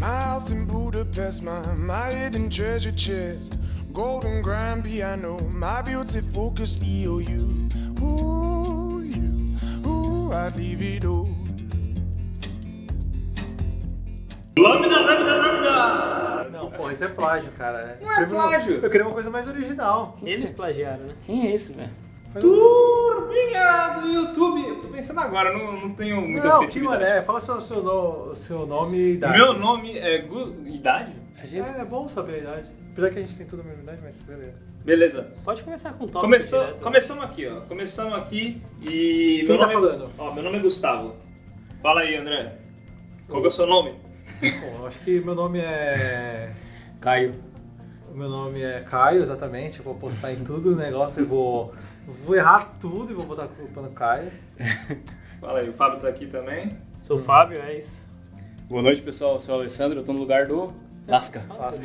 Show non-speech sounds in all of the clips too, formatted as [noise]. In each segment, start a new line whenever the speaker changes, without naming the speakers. house in Budapest, my, my hidden treasure chest, golden grand piano, my beauty focused EOU. Ooh, you, ooh, I'd leave it all.
Lâmina, lâmina, lâmina!
Não, pô, isso é plágio, cara.
Não é
Eu queria-
plágio.
Eu queria uma coisa mais original.
Eles plagiaram, né?
Quem é isso, velho?
um-
Foi-
Turminha do YouTube! Eu tô pensando agora, não, não tenho muita
Não, que
criatividade.
mané. Fala seu, seu, no- seu nome e idade.
Meu nome é Gu... Idade?
A gente-
É, é bom saber a idade. Apesar que a gente tem toda a mesma idade, mas beleza.
Beleza.
Pode começar com o tópico
Começou,
direto.
começamos aqui, ó. Começamos aqui e...
Quem
meu
tá
nome é...
falando?
Gus- Ó, meu nome é Gustavo. Fala aí, André. Qual que é o seu nome?
Bom, eu acho que meu nome é.
Caio.
O meu nome é Caio, exatamente. Eu vou postar em tudo o negócio e vou. Vou errar tudo e vou botar a culpa no Caio.
Fala aí, o Fábio tá aqui também.
Sou o Fábio, é isso.
Boa noite, pessoal. Eu sou o Alessandro, eu tô no lugar do Lasca.
Fácil.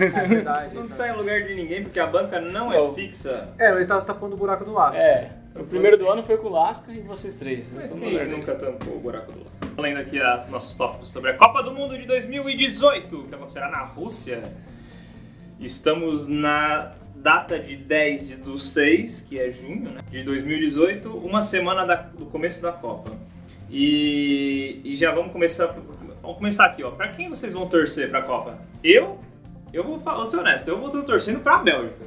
é verdade.
Não
tá.
tá em lugar de ninguém porque a banca não
Não.
é fixa.
É, ele tá tapando o buraco do laço.
É, o primeiro do ano foi com o Lasca e vocês três. né? Eu
Mas
tô no
quem
lugar dele.
nunca tampou o buraco do laço? Além daqui a nossos tópicos sobre a Copa do Mundo de 2018, que acontecerá na Rússia. Estamos na data de 10 do 6, que é junho, né, de 2018, uma semana da- do começo da Copa. E, e já vamos começar vamos começar aqui, ó. Pra quem vocês vão torcer pra Copa? Eu, eu vou, falar, vou ser honesto, eu vou estar torcendo pra Bélgica.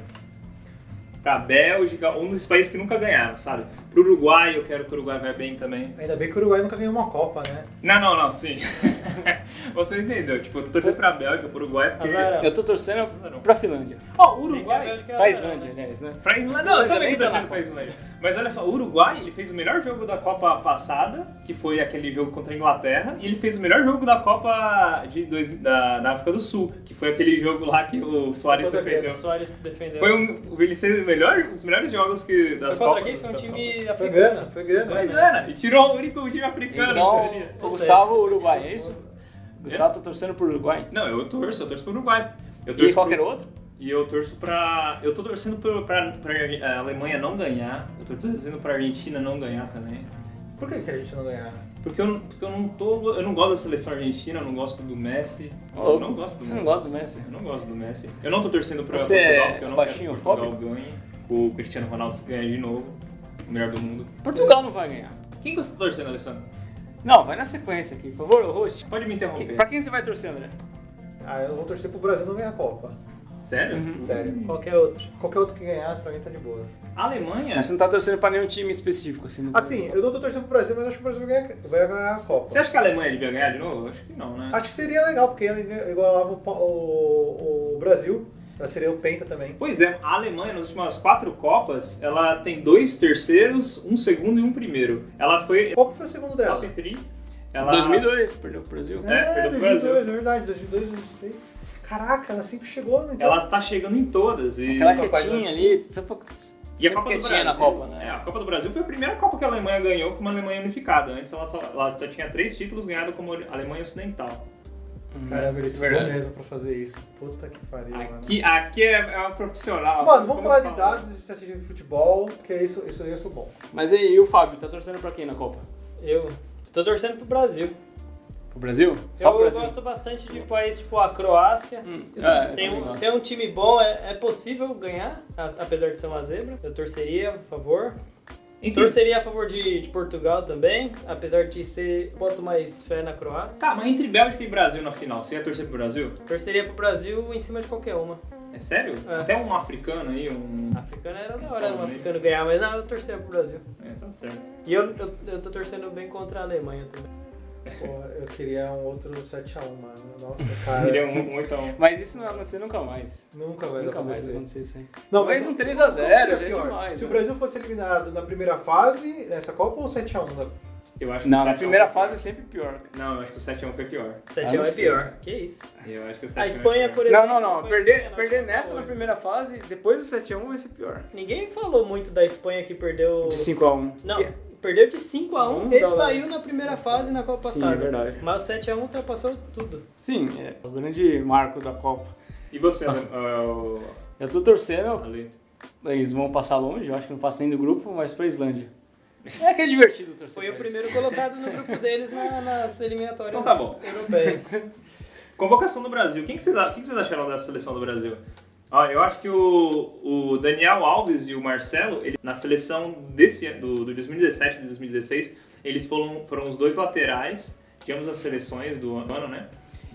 Pra Bélgica, um desses países que nunca ganharam, sabe? Pro Uruguai, eu quero que o Uruguai vá bem também.
Ainda bem que o Uruguai nunca ganhou uma Copa, né?
Não, não, não, sim. [laughs] Você entendeu? Tipo, eu tô torcendo pra Bélgica, pro Uruguai, porque.
Azarão.
Eu tô torcendo pra Finlândia.
Ó, o
Sim, a
Uruguai.
Bélgica é
Pra
azarão,
Islândia,
né?
aliás, né?
Pra Islândia, não, eu
Islândia
também
nem
tô
tá na
torcendo pra Islândia. Mas olha só, o Uruguai, ele fez o melhor jogo da Copa passada, que foi aquele jogo contra a Inglaterra, e ele fez o melhor jogo da Copa de dois, da, da África do Sul, que foi aquele jogo lá que o Soares
Contra
defendeu.
O Soares defendeu.
Foi um, ele fez o melhor, os melhores jogos que, das
Foi contra
Copas.
quem? Foi um
das Copas.
time né?
Foi
africano.
Gana, foi Gana.
Foi Gana, e tirou o único time africano.
Então,
que seria.
o Gustavo, Uruguai, é isso? Gustavo, tô torcendo pro Uruguai.
Não, eu torço, eu torço pro Uruguai. Eu torço
E qualquer
pro-
outro?
E eu torço pra. Eu tô torcendo pro- pra, pra, a Alemanha não ganhar. Eu tô torcendo pra Argentina não ganhar também.
Por que, que a gente não ganhar?
Porque eu, porque eu não tô. Eu não gosto da seleção argentina, eu não gosto do Messi. eu não gosto do
Você
Messi.
não gosta do Messi?
Eu não gosto do Messi. Eu não tô torcendo pra
Você é
Portugal, porque eu não
baixinho
quero que Portugal ganhe. O Cristiano Ronaldo ganha de novo. O melhor do mundo.
Portugal não vai ganhar.
Quem que você tá torcendo, Alessandro?
Não, vai na sequência aqui, por favor, o host.
Pode me interromper.
Pra quem você vai torcer, André?
Ah, eu vou torcer pro Brasil não ganhar a Copa.
Sério?
Uhum.
Sério.
Qualquer outro.
Qualquer outro que ganhar, pra mim tá de boas.
A Alemanha.
Você não tá torcendo pra nenhum time específico, assim. não-
Assim, eu não tô torcendo pro Brasil, mas acho que o Brasil vai ganhar, vai ganhar a Copa.
Você acha que a Alemanha devia ganhar de novo? Acho que não, né?
Acho que seria legal, porque ele igualava o, pa- o, o Brasil, mas seria o Penta também.
Pois é, a Alemanha nas últimas quatro Copas, ela tem dois terceiros, um segundo e um primeiro. Ela foi
Qual que foi o segundo dela?
top 3. Ela...
2002, perdeu pro Brasil.
É, perdeu pro
2002,
Brasil.
é verdade, 2002, 2006. Caraca, ela sempre chegou, né? Então,
Ela está chegando em todas. E,
Aquela
Capaz
quietinha
de-
ali, sempre,
e a
sempre
Copa do
quietinha
Brasil.
na Copa,
É,
né?
a Copa do Brasil foi a primeira Copa que a Alemanha ganhou como Alemanha unificada. Antes ela só, ela só tinha três títulos ganhados como Alemanha Ocidental.
Caramba, ele se
verdade.
mesmo pra fazer isso. Puta que pariu, mano.
Aqui, aqui é, é
um
uma profissional.
Mano,
Como
vamos falar de
fala?
dados, de estatística de futebol, porque isso, isso aí eu sou bom.
Mas e, aí, e o Fábio, tá torcendo pra quem na Copa?
Eu tô torcendo pro Brasil.
Pro Brasil? Só
eu
pro Brasil?
gosto bastante de países tipo a Croácia.
Hum,
Eu
é,
Ah,
também-
eu
tem,
também
um,
gosto.
tem um time bom, é, é possível ganhar, a- apesar de ser uma zebra. Eu torceria a favor.
Então,
Torceria a favor de, de Portugal também, apesar de ser quanto mais fé na Croácia.
Tá, mas entre Bélgica e Brasil na final, você ia torcer pro Brasil?
Torceria pro Brasil em cima de qualquer uma.
É sério?
É.
Até um africano aí, um.
Africano era da hora, um africano ganhar, mas não, eu torcia pro Brasil.
É, tá certo.
E eu, eu, eu tô torcendo bem contra a Alemanha também.
Pô, eu queria um outro 7x1, mano. Nossa, cara.
Ele é um, um, então.
Mas isso não vai acontecer nunca mais.
Nunca vai
nunca mais
acontecer.
vai acontecer isso aí.
Não,
Talvez
mas
um
Como
3x0,
seria
já é
pior?
demais.
Se o
né?
Brasil fosse eliminado na primeira fase, nessa Copa, ou 7x1? né?
Eu acho que
Não,
o 7
na
a um
primeira
foi pior.
fase é sempre pior. cara.
Não, eu acho que o 7x1 foi pior.
7
Ah, não
é
sei.
pior. Que isso.
Eu acho que o é um 7
A Espanha, por
Não, não,
exemplo.
não.
foi
Perder,
espanhola,
perder
tipo,
nessa na primeira fase, depois do 7x1 vai ser pior.
Ninguém falou muito da Espanha que perdeu.
De 5x1.
Não, perdeu de 5 a 1
Não,
e
da-
saiu na primeira fase na Copa
Sim,
passada.
é verdade.
Mas o 7 a 1 ultrapassou tudo.
Sim, é o grande marco da Copa.
E você, né? Ah, Ale-
Eu tô torcendo,
Ale?
eles vão passar longe, eu acho que não passei do grupo, mas pra Islândia. É que é divertido torcer
Foi o
pra eles.
primeiro colocado no grupo deles na- nas
[laughs]
eliminatórias
Então tá bom.
europeias.
Convocação do Brasil. Quem que vocês, a- o que que vocês acharam da seleção do Brasil? Olha, eu acho que o, o Daniel Alves e o Marcelo, ele, na seleção desse, ano- do, do 2017 e 2016, eles foram, foram os dois laterais de ambas as seleções do ano, né?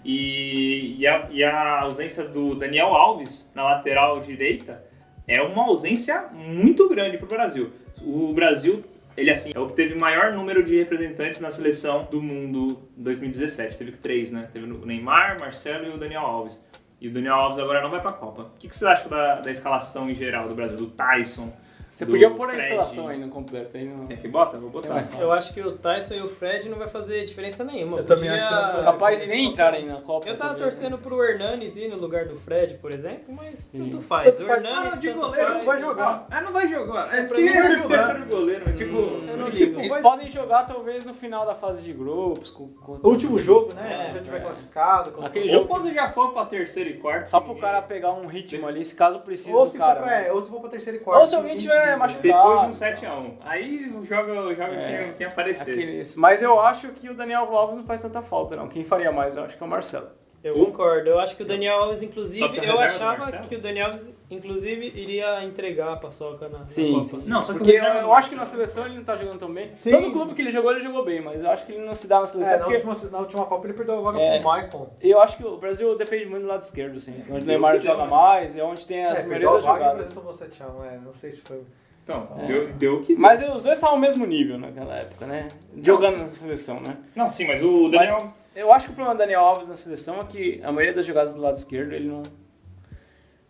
E, e, a, e a ausência do Daniel Alves na lateral direita é uma ausência muito grande para o Brasil. O Brasil, ele assim, é o que teve maior número de representantes na seleção do mundo em 2017. Teve três, né? Teve o Neymar, Marcelo e o Daniel Alves. E o Daniel Alves agora não vai para a Copa. O que, que você acha da, da escalação em geral do Brasil? Do Tyson?
Você
do
podia pôr a
Fred?
escalação aí no completo. Aí no...
É que bota? Vou botar.
É mais fácil.
Eu acho que o Tyson e o Fred não vai fazer diferença nenhuma.
Eu também acho que não vai fazer.
Capaz de nem entrarem na Copa.
Eu tava
né?
também.
torcendo pro Hernanes ir no lugar do Fred, por exemplo, mas tanto
Sim.
faz.
Tanto
o
faz.
Hernanes,
Ah, não,
de
goleiro não
né?
vai jogar.
Ah, não vai jogar. É,
Pra
que
mim
é
vai
a
jogar.
diferença do goleiro. né? Tipo,
Eu não
tipo,
ligo.
Eles
Vai-
podem jogar talvez no final da fase de grupos. Com, com-
O último jogo, né?
É,
quando já tiver classificado. quando-
Aquele
ou
jogo
quando já for pra terceiro e quarto.
Só pro cara pegar um ritmo ali, se caso precise
Ou
do
se,
cara. né?
for pra, é, ou se for pra terceira e quarta.
Ou se alguém tiver machucado.
Depois de um 7x1. Aí joga, joga
É.
quem, quem aparecer.
Aqueles- Mas eu acho que o Daniel Alves não faz tanta falta, não. Quem faria mais, eu acho que é o Marcelo.
Eu concordo. Eu acho que o Daniel Alves, inclusive,
Só que a
eu
reserva do
achava
Marcelo?
que o Daniel Alves, inclusive, iria entregar a paçoca na, na
Sim,
Copa.
sim.
Não, só que
Porque
o
eu,
reserva
eu acho que na seleção ele não tá jogando tão bem.
Sim.
Todo clube que ele jogou, ele jogou bem, mas eu acho que ele não se dá na seleção.
É, na,
porque
última, na última Copa ele perdeu a vaga
É.
pro Maicon.
eu acho que o Brasil depende muito do lado esquerdo, assim. Onde o Neymar
Deu que
joga
deu, né?
mais, é onde tem as
é, perdeu a
melhores
vaga e o Brasil
jogadas.
tomou 7 a 1 é, não sei se foi...
Então, deu, deu o que deu.
Mas os dois estavam ao mesmo nível naquela época, né? Jogando na seleção, né?
Não, sim, mas o Daniel.
Mas eu acho que o problema do Daniel Alves na seleção é que a maioria das jogadas do lado esquerdo ele não,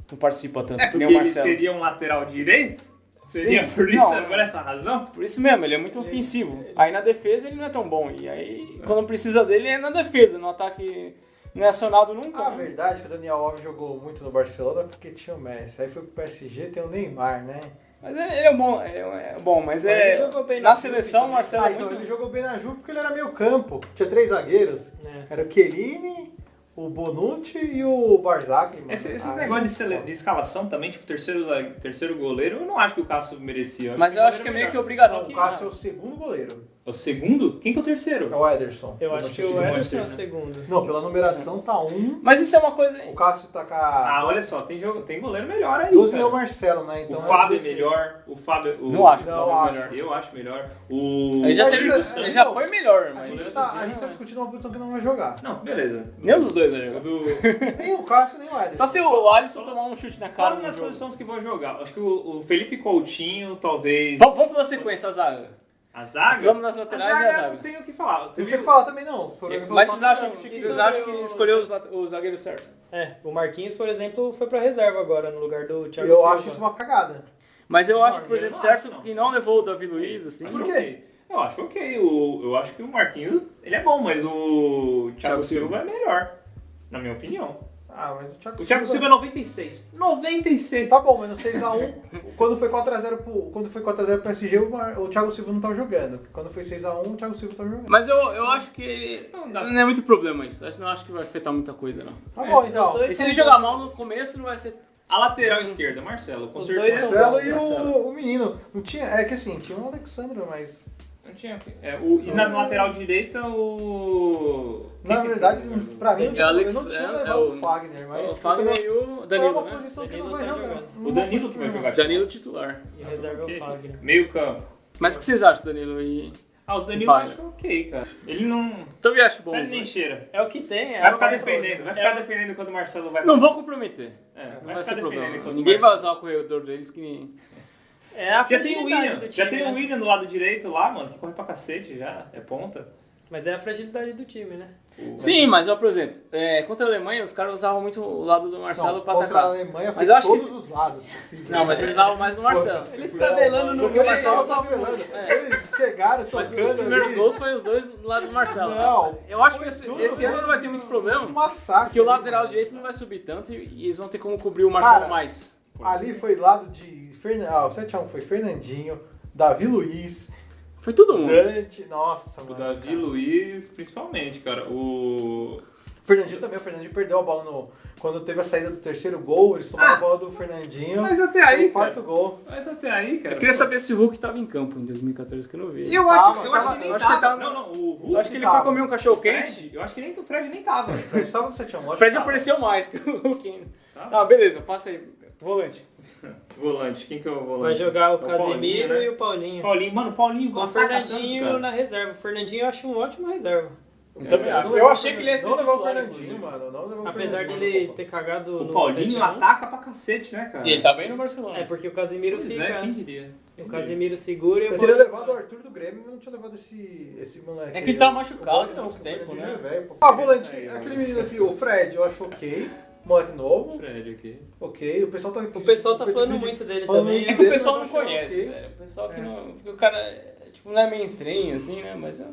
não participa tanto,
É
que
porque
nem o
ele
Marcelo.
seria um lateral direito? Seria
Sim.
por isso,
Não.
por essa razão?
Por isso mesmo, ele é muito ofensivo. Aí na defesa ele não é tão bom. E aí, quando precisa dele, é na defesa, no ataque não é acionado nunca.
A
né?
verdade é que o Daniel Alves jogou muito no Barcelona porque tinha o Messi. Aí foi pro PSG, tem o Neymar, né?
Mas é- ele é bom, é, é bom,
Mas
mas é.
ele jogou bem
Na
na
seleção, o
Juve
Marcelo
ah,
é
então ele
muito.
jogou bem na Juve porque ele era meio campo. Tinha três zagueiros.
É.
Era o Chiellini, o Bonucci e o Barzagli, mano.
Esse- esses
Aí,
negócios de, sele-
pô.
de escalação também, tipo, terceiro, zague- terceiro goleiro, eu não acho que o Cássio merecia.
Mas eu acho que é meio que obrigatório.
Não, o Cássio é o segundo goleiro.
É o segundo? Quem que é o terceiro?
Então,
É o Ederson.
Eu acho que o
Manchester
Ederson é o
United,
segundo.
Não, pela numeração tá um.
Mas isso é uma coisa.
O Cássio tá com a
Ah, olha só, tem, jogo, tem goleiro melhor aí.
12
cara.
é o Marcelo, né? Então
o Fábio é
é
melhor. O Fábio. o-
Não acho.
Não
o Fábio é
acho.
melhor. Eu acho melhor. O.
Ele já,
Mas
teve, um
isso é-
ele já
isso-
foi melhor,
A
mas.
gente, tá, a gente tá discutindo uma posição que não vai jogar.
Não, beleza.
Nenhum dos dois vai
O
jogar.
do-
Nem o Cássio, nem o Ederson.
Só se o Alisson tomar um chute na cara.
Fala
no
nas
jogo.
posições que vão jogar. Acho que o, o Felipe Coutinho, talvez.
Vamos, vamos pela sequência, a zaga.
A zaga?
Vamos nas laterais
a
e a
zaga,
zaga.
Não tenho o que falar.
Não
Teve-
tem o que falar também, não.
Mas vocês acham,
que
vocês acham que escolheu os late- o zagueiro certo?
É, o Marquinhos, por exemplo, foi pra reserva agora, no lugar do Thiago
Eu
Silva.
acho isso uma cagada.
Mas eu acho, por
eu
exemplo,
não
certo
acho, não.
que não levou o Davi Luiz, assim.
Acho
Por quê?
ok. Eu acho ok. O, eu acho que o Marquinhos, ele é bom, mas o Thiago
Thiago
Silva é melhor. Na minha opinião.
Ah, mas o Thiago,
O Thiago Silva é 96. 96!
Tá bom, mas no 6x1, quando foi 4x0 pro, quando foi 4x0 pro SG, o, Mar- o Thiago Silva não tava jogando. Quando foi 6x1, o Thiago Silva tava jogando.
Mas eu, eu acho que
Não
não,
dá.
é muito problema isso. Acho, não acho que vai afetar muita coisa, não.
Tá bom, então.
Os dois
E se
são
ele
bons.
jogar mal no começo, não vai ser...
A lateral esquerda, Marcelo. Com
Os
certeza.
dois são-
Marcelo e
Marcelo.
o, o menino. Não tinha, é que assim, tinha o Alexandre, mas
Não tinha. É, o, e na lateral direita, o.
na
quem que-
verdade, pra mim,
É,
não tinha,
Alex-
eu não tinha
é,
levado
é o-
o Fagner, mas
o Fagner e o Danilo,
é uma
né?
posição que
Danilo
não vai
tá
jogar.
jogando.
Não é
O
vai
Danilo que vai jogar.
Danilo titular.
E reserva é
Ok.
o Fagner.
Meio campo.
Mas o que vocês acham, Danilo? E...
Ah, o Danilo eu
Vai.
acho ok, cara. Ele não.
Também acho bom. né?
Fede nem cheira.
É o que tem, é
Vai
a
ficar
Marcos.
defendendo, vai ficar defendendo quando o Marcelo vai.
Não vou comprometer.
É, vai
Não vai
ficar
ser
defendendo
problema.
enquanto
Ninguém
o
vai
Marcelo-
usar o corredor deles que nem...
É a
Já tem o
fragilidade
William,
do time,
já tem um o
né?
William do lado direito lá, mano, que corre pra cacete já, é ponta.
Mas é a fragilidade do time, né?
Sim, mas, ó, por exemplo, é, contra a Alemanha, os caras usavam muito o lado do Marcelo
Não,
pra
contra a
atacar.
Alemanha foi
Mas eu acho que
todos
esse-
os lados possíveis.
Não, mas eles usavam mais no [laughs] Marcelo.
Eles tabelando no
Porque o
meio.
Marcelo
tá
tava velando. Eles chegaram
Mas os
tocando
primeiros
ali.
gols foi os dois do lado do Marcelo. né?
Não,
eu acho que
foi
esse,
tudo,
esse
né?
ano não vai ter muito
Um
problema,
massacre.
porque é o
ali,
lateral
mano.
direito não vai subir tanto e, e eles vão ter como cobrir o Marcelo
Cara,
mais.
é.
Ali foi lado de. Fernan... Ah, o 7x1 foi Fernandinho, Davi Luiz,
Foi um. todo mundo.
Dante. Nossa,
O
mano.
Hum. Davi
cara.
Luiz, principalmente, cara. O.
Fernandinho também, o Fernandinho perdeu a bola no. Quando teve a saída do terceiro gol, eles tomaram
Ah.
a bola do Fernandinho.
Mas até aí,
O quarto gol.
Mas até aí, cara.
Eu queria saber se o Hulk tava em campo em 2014, que eu não vi.
Eu acho,
Tava,
eu
tava,
acho que nem
eu acho que
tava.
ele
Não,
tava-
não, o Hulk
Eu acho que ele
tava.
foi comer um cachorro
o
quente.
Fred, eu acho que nem o Fred nem tava.
A gente tava no setião,
O
lógico.
Fred
que tava.
apareceu mais que o Hulk ainda.
Tava.
Ah, beleza, passa aí. Volante.
volante, quem que é o volante?
Vai jogar
É
o Casemiro
Paulinho, né?
e o Paulinho.
Paulinho, mano, o Paulinho
Com o
ataca
Fernandinho
tanto, cara.
na reserva. O Fernandinho eu acho um ótimo reserva.
Eu
também
É, não
acho.
levou
É, Eu
o
achei que ele ia ser
Não levou o
titular,
Fernandinho,
inclusive.
mano. Não levou o
Apesar
Fernandinho, é
dele
não,
ter cagado
O
no
Paulinho
7 a 1.
ataca pra cacete, né, cara?
E ele tá bem no Barcelona.
É, porque o Casemiro
Pois
fica. né?
é, quem diria?
O Casemiro segura e o
Eu teria
Paulinho
levado o Arthur do Grêmio, mas não tinha levado esse, esse moleque.
né? É que ele tava
Eu-
machucado
moleque
há
não,
muito
o
tempo,
Fernandinho
né?
é velho. pô. Ah, volante,
Aí,
aquele
mano,
menino
isso
aqui,
é
o Fred, eu acho ok. Moleque novo,
Fred aqui.
ok. O pessoal tá.
O pessoal tá falando muito dele
Falando
também.
muito
É que o
dele,
pessoal não
mas eu achei
conhece,
ok.
velho. O pessoal que não. Porque o cara, é, tipo, não é mainstream, assim, né? Mas é-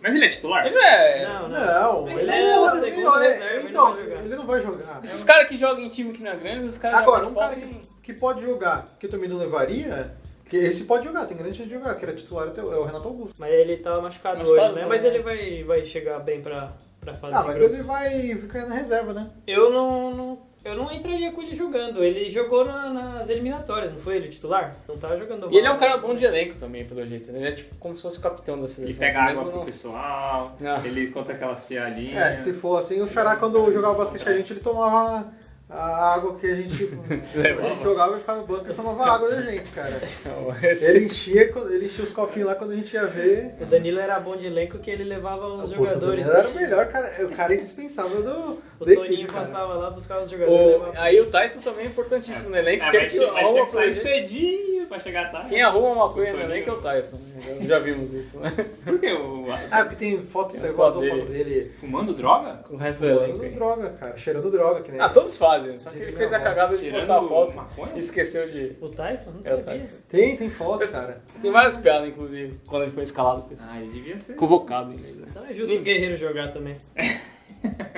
Mas ele é titular?
ele não é.
Não, não.
Não,
Ele
ele
é o
não-
segundo
ele não é-
reserva, ele
Então,
não vai jogar.
ele não vai
é
jogar.
um-
Esses caras que jogam em time que não é grande, os caras
Agora, um
tipo
jogam
cara
futebol assim,
que, que pode jogar, que eu também não levaria, que esse pode jogar, tem grande chance de jogar, que era titular até o- é o Renato Augusto.
Mas ele tá machucado,
Machucado
hoje, né?
também,
Mas
né?
ele vai, vai chegar bem pra, pra fase
Ah,
de
mas
grupos.
ele vai ficar na reserva, né?
Eu não, não- eu não entraria com ele jogando. Ele jogou na- nas eliminatórias, não foi ele o titular? Não tava jogando
E ele é
mal.
um cara bom de elenco também, pelo jeito. né? Ele é tipo como se fosse o capitão da
Ele
seleção.
pega
assim,
água
mesmo
pro
não-
pessoal,
Não.
ele conta aquelas piadinhas.
É, se for assim, o Xará quando jogava basquete com a gente, ele tomava a água que a
[laughs]
gente
É,
a gente jogava e ficava no banco, ele tomava água da gente, cara.
[laughs] Não, esse-
Ele enchia, quando- ele enchia os copinhos lá quando a gente ia ver.
O Danilo era bom de elenco que ele levava os
Ah, Puta,
jogadores.
o Danilo era
pro
o
time.
melhor, cara, o cara indispensável do,
O
da
Toninho
equipe, cara.
passava lá, buscava os jogadores.
o-
levava.
aí o Tyson também é importantíssimo no elenco,
É,
porque
mas,
ele que
tinha- mas tinha
arruma
que sair
coisa.
cedinho pra chegar tarde.
Quem arruma uma coisa no
Antônio.
elenco é o Tyson. né? Já, já vimos isso, né?
Por que o...
Ah, porque tem foto, você
um foto
vazou
dele.
foto dele
Fumando droga?
Com o resto do elenco.
cheirando
aí.
droga, cara, cheirando droga, que nem
Ah, todos fazem, só que
Diga
ele
minha
fez a
avó.
cagada de
Tirando
postar a foto
maconha?
e esqueceu de.
O Tyson? Não
É o
sabia.
Tyson.
Tem, tem foto, cara.
Tem várias piadas, inclusive, quando ele foi escalado. foi
Ah, ele devia ser...
Convocado, ainda.
Então é justo o Guerreiro jogar também.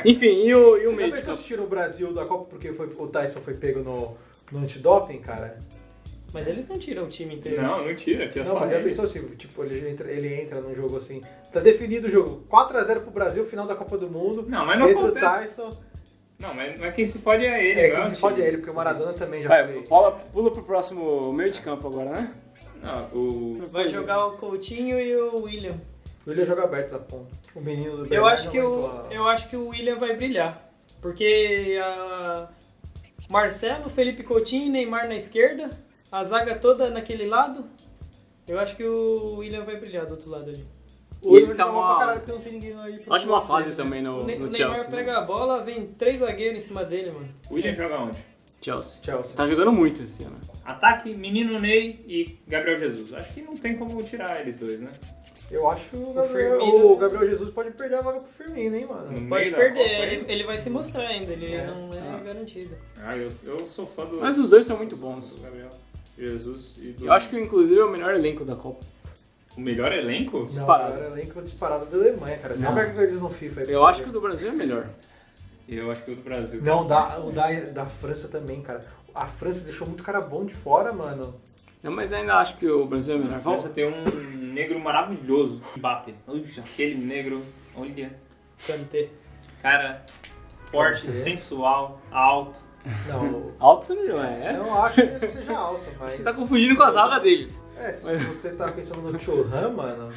Enfim, e o, e o
Também
meio
que
de campo?
vocês tiram o Brasil da Copa porque foi- o Tyson foi pego no, no antidoping, cara?
Mas eles não tiram o time inteiro. né?
Não, não tira, tira
Não,
só
mas já
ele.
pensou assim, tipo, ele entra, ele entra num jogo assim. Tá definido o jogo. 4x0 pro Brasil, final da Copa do Mundo.
Não, mas não
entra o
acontece.
Tyson.
Não, mas, mas quem se fode é ele.
tá- É,
não
quem se
o
fode é
time.
ele, porque o Maradona também já
Vai,
foi.
pula, pula pro próximo meio de campo agora, né?
Não, o...
Vai jogar o Coutinho e o William.
O William joga aberto da ponta. O menino do
Eu
Bernardo
acho, que
é
não
o,
aguentou a-
eu acho que o William vai brilhar. Porque a Marcelo, Felipe Coutinho e Neymar na esquerda, a zaga toda naquele lado. Eu acho que o William vai brilhar do outro lado ali.
O William
ele tá
jogou
uma-
pra caralho porque não tem ninguém aí. pra-
Ótima fase também
O,
no,
Ne- o
no
Neymar
Chelsea.
pega
né?
a bola, vem três zagueiros em cima dele, mano.
o William joga onde?
Chelsea.
Chelsea.
Tá jogando muito esse ano.
Ataque, Menino Ney e Gabriel Jesus. Acho que não tem como tirar eles dois, né?
Eu acho que o Gabriel,
Firmino-
o Gabriel Jesus pode perder a vaga pro Firmino, hein, mano.
No
Pode
meio da
perder,
Copa,
ele, ele vai se mostrar ainda, ele
É.
não é garantido.
Ah, eu, eu sou fã do...
Mas os dois são muito bons.
do Gabriel Jesus e do...
Eu acho que, inclusive, é o melhor elenco da Copa.
O melhor elenco?
Disparado.
Não, cara, é elenco disparado da Alemanha, cara. Você não
Não.
pega eles no FIFA aí pra
Eu
você
acho
ver.
que o do Brasil é melhor.
Eu acho que o do Brasil.
Não, da, o da, da França também, cara. A França deixou muito cara bom de fora, mano.
Não, mas ainda acho que o Brasil é melhor.
A França
Vamos,
tem um negro maravilhoso, Mbappé. Uxa, aquele negro, olha.
Kanté.
Cara, forte,
Pode ser.
sensual, alto.
Não,
alto não [laughs] é.
eu acho que ele seja alto, mas.
Você tá confundindo com a zaga deles. [laughs]
É, se você tá pensando no Churran, mano.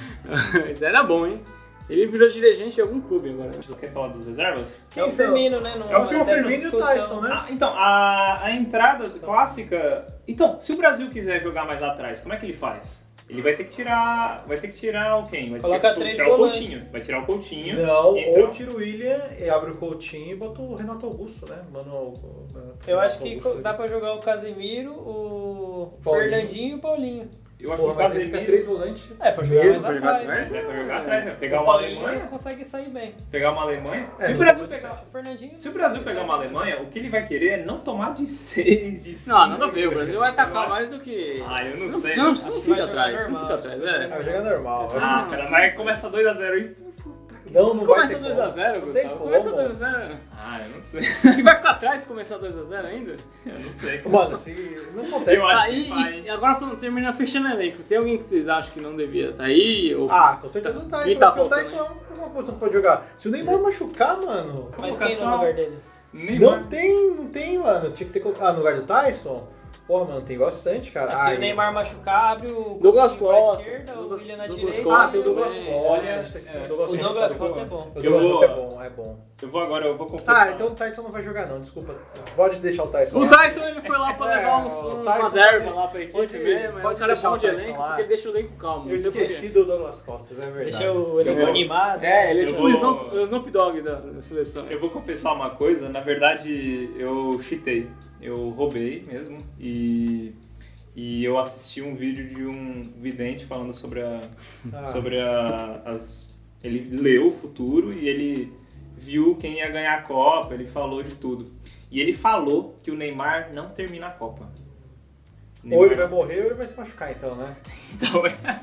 Isso era bom, hein? Ele virou dirigente de algum clube agora.
Você quer falar dos reservas?
É o Firmino, né? Não
É o seu
dessa
Firmino e o
discussão.
Tyson, né?
Ah, então, a, a entrada clássica. Então, se o Brasil quiser jogar mais atrás, como é que ele faz? Ele vai ter que tirar. Vai ter que tirar o quem? Vai ter
Coloca
que
três
tirar o
volantes.
Coutinho. Vai tirar o Coutinho.
Não,
Então-
ou tira o William e abre o Coutinho e bota o Renato Augusto, né? Mano, o- o- o-
Eu acho
Renato
que
Augusto ali.
dá pra jogar o Casemiro, o
Paulinho.
Fernandinho e o Paulinho.
Eu acho
Porra,
que o
mas ele fica três
Casemiro.
volantes.
É, pra jogar
Mesmo
mais
pra jogar
atrás.
atrás?
né?
Vai jogar atrás, vai pegar
O
uma
Paulinho
Alemanha.
consegue sair bem.
Pegar uma Alemanha.
É,
se o
não
Brasil
pode ser.
pegar.
O Fernandinho
Se o
consegue
Brasil pegar
sair
uma
bem.
Alemanha, o que ele vai querer é não tomar de [laughs] 6, de 5.
Não, nada a ver. O Brasil vai atacar mais do que.
Ah, eu não sei.
Não,
não.
não
Acho que
fica
vai jogar
atrás. é.
É,
Não
normal,
fica
Ah,
acho que vai
atrás, é.
joga normal.
Ah, cara, mas começa 2x0 e. Puta
Não, não vai
Começa
ter
2x0,
Não tem
Gustavo.
como.
Começa 2x0.
Ah, eu não sei.
E vai ficar atrás se começar 2x0 ainda?
Eu não sei.
Mano, se não acontece.
Eu acho
Tá,
que
e,
vai.
e agora falando, termina fechando o elenco. Tem alguém que vocês acham que não devia tá aí? Ou...
Ah, com certeza o
Quem
Tyson.
tá
porque o
faltando,
Tyson é uma posição que pode jogar. Se o Neymar machucar, mano.
Mas quem no lugar dele?
Nem
Não tem, não tem, mano. Tinha que ter colocado. Ah, no lugar do Tyson? Porra, mano, tem bastante, cara.
Mas se
Ai,
Assim, o Neymar machucar, abre o
Douglas
Coutinho pra
Costa,
esquerda,
Douglas-
o Willian na
Douglas
direita.
Ah, tem o
e o-
Douglas
É, é.
Costa. A gente tá esquecendo o Douglas
O
Costa.
Douglas Costa é bom.
O
Eu
Douglas
vou-
Costa é bom, é bom.
Eu vou agora, eu vou confessar.
Ah, então o Tyson não vai jogar não, desculpa. Pode deixar o Tyson.
O Tyson ele foi lá pra
É,
levar
o
uns, um,
Tyson
umas ervas
pode-
lá pra equipe
pode-
mesmo. mas
pode
o cara é
deixar
bom
o
de
Tyson
elenco
lá.
porque ele deixa o elenco calmo.
Eu
não sei por
esqueci do Douglas Costa, é verdade.
Deixa o ele
Eu-
animado.
quê. É, ele é
Eu
tipo
vou-
o Snoop, o Snoop Dogg da, da seleção.
Eu vou confessar uma coisa, na verdade eu cheatei, eu roubei mesmo e, e eu assisti um vídeo de um vidente falando sobre a,
Ah.
sobre a, as, ele leu o futuro e ele viu quem ia ganhar a Copa, ele falou de tudo e ele falou que o Neymar não termina a Copa.
Ou ele
Neymar-
vai morrer ou ele vai se machucar então, né?
Então, é.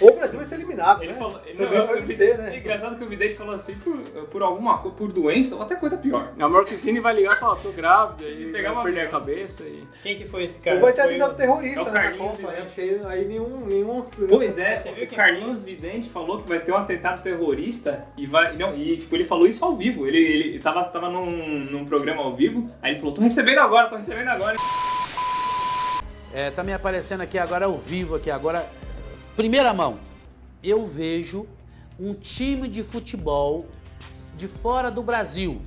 Ou o Brasil vai ser eliminado,
Ele
né?
falou, ele-
Também
não,
pode
eu-
ser, né?
é Engraçado que o vidente falou assim por, por alguma coisa, por doença ou até coisa pior.
A Marquezine vai ligar e falar, tô grávida, e
Pegar
pegar
uma
uma perder a
briga.
cabeça. E...
Quem que foi esse cara?
Ou vai ter
Foi
atentado
é
terrorista
o
né, na
Carlinhos,
Copa,
né?
né? Porque aí, aí nenhum, nenhum...
Pois é, você
viu
viu que
que-
o Carlinhos Vidente falou que vai ter um atentado terrorista e vai. Não, e tipo, ele falou isso ao vivo. Ele, ele tava, tava num, num programa ao vivo, aí ele falou, tô recebendo agora, tô recebendo agora. [laughs]
É, tá me aparecendo aqui agora ao vivo, aqui agora. Primeira mão, eu vejo um time de futebol de fora do Brasil.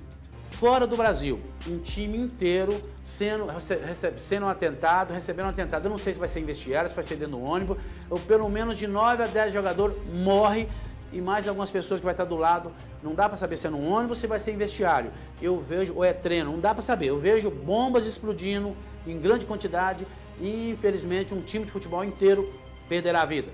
Fora do Brasil. Um time inteiro sendo, rece- recebe- sendo um atentado, recebendo um atentado. Eu não sei se vai ser em vestiário, se vai ser dentro do ônibus. Ou pelo menos de 9 a 10 jogadores morre e mais algumas pessoas que vai estar do lado. Não dá pra saber se é num ônibus ou se vai ser em vestiário. Eu vejo, ou é treino, não dá pra saber. Eu vejo bombas explodindo em grande quantidade e infelizmente um time de futebol inteiro perderá a vida.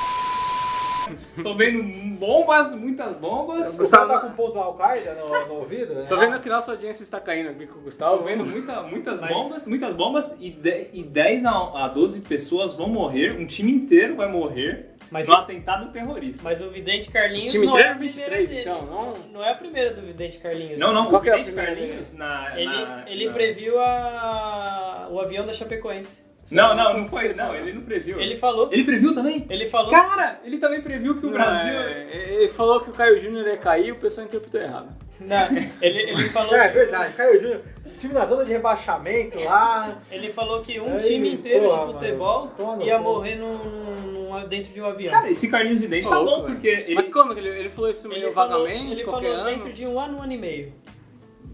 Tô vendo bombas, muitas bombas.
O cara tá com o ponto da Al-Qaeda no, no ouvido, né?
Tô vendo que nossa audiência está caindo aqui com o
Tô
Gustavo.
[laughs]
É
vendo muita, muitas
Mas-
bombas, muitas bombas e, de, e 10 a, a 12 pessoas vão morrer, um time inteiro vai morrer
Mas-
num atentado terrorista.
Mas o Vidente Carlinhos
O time
não é
inteiro
a primeira
23,
dele.
então, não-
não é a primeira do Vidente Carlinhos.
Não, não,
Qual
o
que é a
Vidente
primeira
Carlinhos na. na-
Ele, ele
na-
previu a, o avião da Chapecoense.
Não, não, não foi. Não, ele não previu.
Ele falou.
Ele previu também?
Ele falou.
Cara, ele também previu
[laughs]
que o
Não,
Brasil.
é, ele falou que o Caio Júnior ia cair e o pessoal interpretou errado.
Não, ele, ele falou.
[laughs] É, é verdade, Caio Júnior, time na zona de rebaixamento lá...
Ele falou que um
Aí,
time inteiro
porra,
de
mano,
futebol
toma no
ia
cu.
morrer num, num- num- dentro de um avião.
Cara, esse Carlinhos Vidente tá
Louco,
bom,
velho.
porque ele.
Mas como que ele, ele falou isso meio
ele falou,
vagamente,
ele
qualquer
falou
ano?
dentro de um ano, um ano e meio.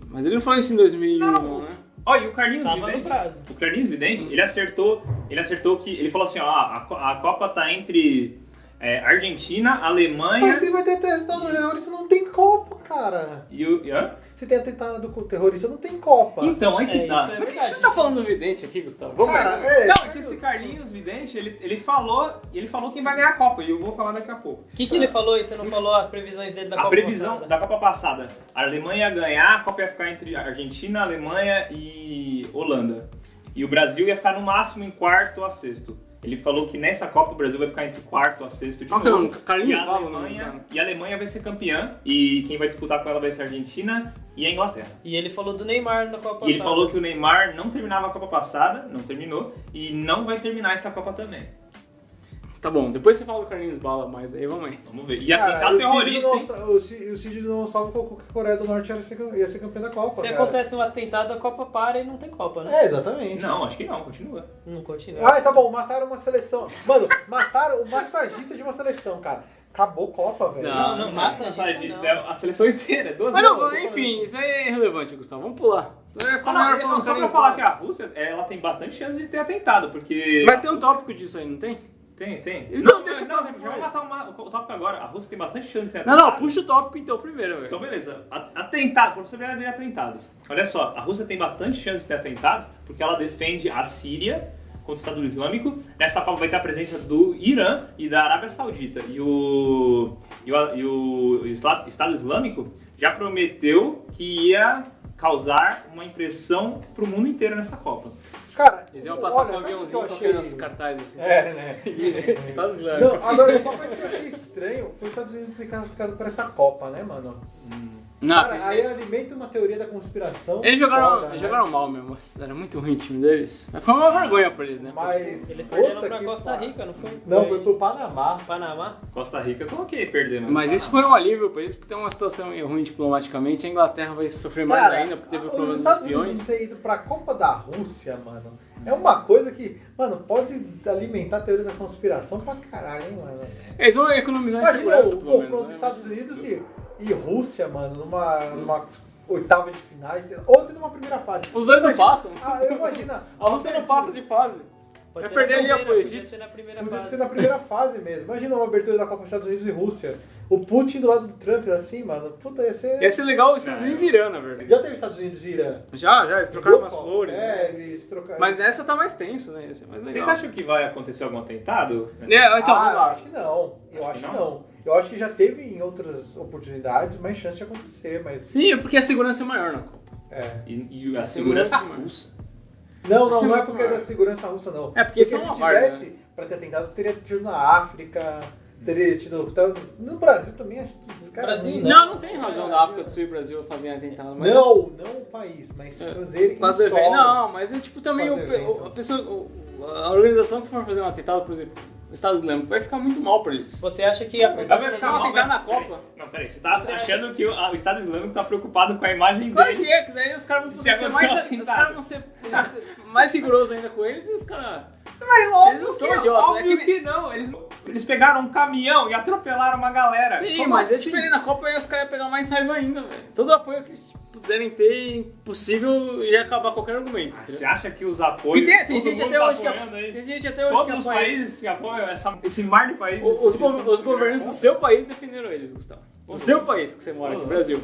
Mas ele não falou isso em 2001,
Não,
não,
não.
É
né?
Ó, e o Carlinhos
Tava no
Vidente.
prazo.
O Carlinhos Vidente, ele acertou. Ele acertou que. Ele falou assim: ó, a, co- a Copa tá entre é, Argentina, Alemanha
Mas se vai ter atentado terrorista, não tem Copa, cara.
e o. e hã?
Se tem atentado com terrorista, não tem Copa.
Então, aí
É,
que
isso
tá.
é
Mas o que
verdade.
você tá falando do vidente aqui, Gustavo? Vamos
Cara,
lá.
é...
Não, é que esse Carlinhos Vidente, ele, ele falou. Ele falou quem vai ganhar a Copa, e eu vou falar daqui a pouco.
O que, que ele falou e você não falou as previsões dele da
a
Copa
previsão
passada?
da Copa passada, a Alemanha ia ganhar, a Copa ia ficar entre Argentina, Alemanha e Holanda. E o Brasil ia ficar no máximo em quarto a sexto. Ele falou que nessa Copa o Brasil vai ficar entre quarto a sexto de
Qual que é o
novo.
nome?
E
Carlinhos
a,
Bala, o nome do
Alemanha,
né, cara.
e a Alemanha vai ser campeã, e quem vai disputar com ela vai ser a Argentina e a Inglaterra.
E ele falou do Neymar na Copa
E ele
passada.
falou que o Neymar não terminava a Copa passada, não terminou, e não vai terminar essa Copa também.
Tá bom, depois você fala do Carlinhos Bala, mas aí vamos aí.
Vamos ver. E tá atentado
o Cid
terrorista,
não
hein?
sa- o Ci- o Cid não salva colocou que a Coreia do Norte ia ser, ia ser campeã da Copa,
Se
cara.
acontece um atentado, a Copa para e não tem Copa, né?
É, exatamente.
Não, acho que não, continua.
Não né? continua.
Ah, tá bom, mataram uma seleção. Mano, mataram o massagista de uma seleção, cara. Acabou Copa, velho.
Não, não, massa
Massagista,
disso
é a seleção inteira, 12
Mas não,
anos.
vamos- enfim, isso aí é irrelevante, Gustavo. Vamos pular. Isso
é
aí vai ficar
Ah,
maior
não,
falando
não, só pra
Carlinhos
falar
Bala.
que a Rússia, é, ela tem bastante chance de ter atentado, porque...
Mas tem um tópico disso aí, não tem?
Tem, tem.
Então deixa pra
não,
depois.
Vamos matar uma- o tópico agora. A Rússia tem bastante chance de ter
Não,
atentado.
não, puxa o tópico então primeiro,
Então,
velho.
beleza. A- Atentado, por você ver de atentados. Olha só, a Rússia tem bastante chance de ter atentados, porque ela defende a Síria contra o Estado Islâmico. Nessa Copa vai ter a presença do Irã e da Arábia Saudita. E o, e o, e o Isla- Estado Islâmico já prometeu que ia causar uma impressão pro mundo inteiro nessa Copa.
Cara,
Eles iam passar
olha,
com um
sabe o que eu
aviãozinho
achei?
tocando os cartazes assim.
É, né?
Estado Islâmico.
Não, agora, uma coisa que eu achei estranho foi os Estados Unidos ter classificado pra essa Copa, né, mano?
Não,
Cara,
porque
aí alimenta uma teoria da conspiração.
Ah, eles jogaram,
foda,
eles
né?
jogaram mal mesmo. Nossa, Era muito ruim o time deles. Mas Foi uma vergonha pra eles, né?
Mas.
Eles perderam
puta
pra
que
Costa
par-
Rica, não foi?
Não, foi pro Panamá.
Panamá.
Costa Rica, eu coloquei perder, né?
Mas isso foi um alívio pra eles, porque tem uma situação meio ruim diplomaticamente. A Inglaterra vai sofrer mais
Cara,
ainda, porque teve o problema
os
dos
Estados Unidos
espiões.
ter ido pra Copa da Rússia, mano, é uma coisa que, mano, pode alimentar a teoria da conspiração pra caralho, hein, mano.
Eles vão economizar em
Imagina
segurança,
o
pelo menos.
confronto
né?
dos Estados Unidos e, e Rússia, mano, numa, numa oitava de finais, sei lá, ou até numa primeira fase.
Os dois não
Imagina-
passam.
Ah, eu
[laughs]
imagino.
A Rússia não passa de fase.
Pode
Vai
ser na
perder ali
primeira,
pro
podia
Egito.
ser na primeira
Podia
fase.
ser na primeira fase mesmo. Imagina uma abertura da Copa dos Estados Unidos e Rússia. O Putin do lado do Trump, assim, mano. Puta, ia ser.
Ia ser legal os Estados Unidos e Irã, na verdade.
Já teve Estados Unidos e Irã.
Já, já, eles trocaram umas
Duas Copas.
flores. né?
É, eles trocaram.
Mas nessa tá mais tenso, né? Ia ser mais
Vocês
legal.
acham que vai acontecer algum atentado?
É, então,
ah,
vamos
eu
lá.
acho que não. Eu acho
que
que não. Eu acho que já teve em outras oportunidades mais chance de acontecer, mas.
Sim, é porque a segurança é maior na Copa.
É.
E, e a segurança
Segurança. é
russa.
Não, não,
Esse é
não é
muito
porque é da
maior.
segurança russa, não.
É, porque isso é
se
uma várzea,
tivesse pra ter tentado, teria tido na África, teria tido. tá- No Brasil também, acho que os caras.
Brasil,
não.
Não, não tem razão da África do Sul e Brasil fazerem atentado. Mas
Não, não o país, mas fazerem
Quase
em
do evento.
solo.
É. Não, mas é tipo também
Quase
o-
do evento.
o- a pessoa, o- a organização que for fazer um atentado, por exemplo, o Estado Islâmico, vai ficar muito mal pra eles.
Você acha que a
Vai
Copa
ficar
ficar
um
um atentado na
peraí.
Copa.
Não, peraí, você tá achando que o, a- o Estado Islâmico tá preocupado com a imagem
Claro
dele?
que é, que daí os caras vão
Se
poder ser
acontecer um
mais, os
atentado.
caras vão ser, vão ser mais segurosos ainda com eles e os caras...
Mas óbvio
Eles não são
que,
idiotas,
óbvio
é que
que não. Eles, eles pegaram um caminhão e atropelaram uma galera.
Sim,
Como
mas é
assim?
diferente na Copa e os caras iam pegar mais raiva ainda, velho. Todo apoio que eles puderem ter, impossível, ia acabar qualquer argumento.
Ah,
entendeu?
Você acha que os apoios.
E tem, tem
todo
gente
mundo
até
tá
hoje que
apoiando aí?
tem gente até hoje que
Todos os
apoia.
países que apoiam essa- esse mar de países.
O- Os, Uhum. go- os governos do seu país defenderam eles, Gustavo. Do seu país que você mora aqui, Brasil.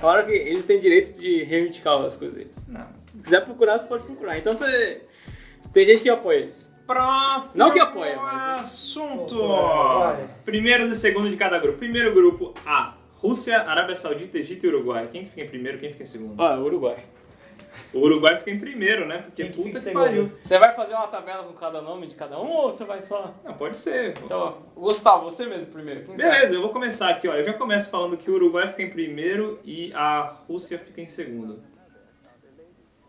Falaram que eles têm direito de reivindicar as coisas deles.
Não.
Se quiser procurar, você pode procurar. Então você. Tem gente que apoia eles.
Próximo
Não que apoia, mas- é
assunto.
Vai.
Primeiros e segundo de cada grupo. Primeiro grupo A. Rússia, Arábia Saudita, Egito e Uruguai. Quem que fica em primeiro, quem fica em segundo?
Ó, é Uruguai.
O Uruguai fica em primeiro, né? Porque
Quem que fica
puta que
em segundo?
pariu.
Você vai fazer uma tabela com cada nome de cada um ou você vai só.
Não, pode ser.
Então, ó, Gustavo, você é? mesmo primeiro. Quem sabe?
Beleza, eu vou começar aqui, ó. Eu já começo falando que o Uruguai fica em primeiro e a Rússia fica em segundo.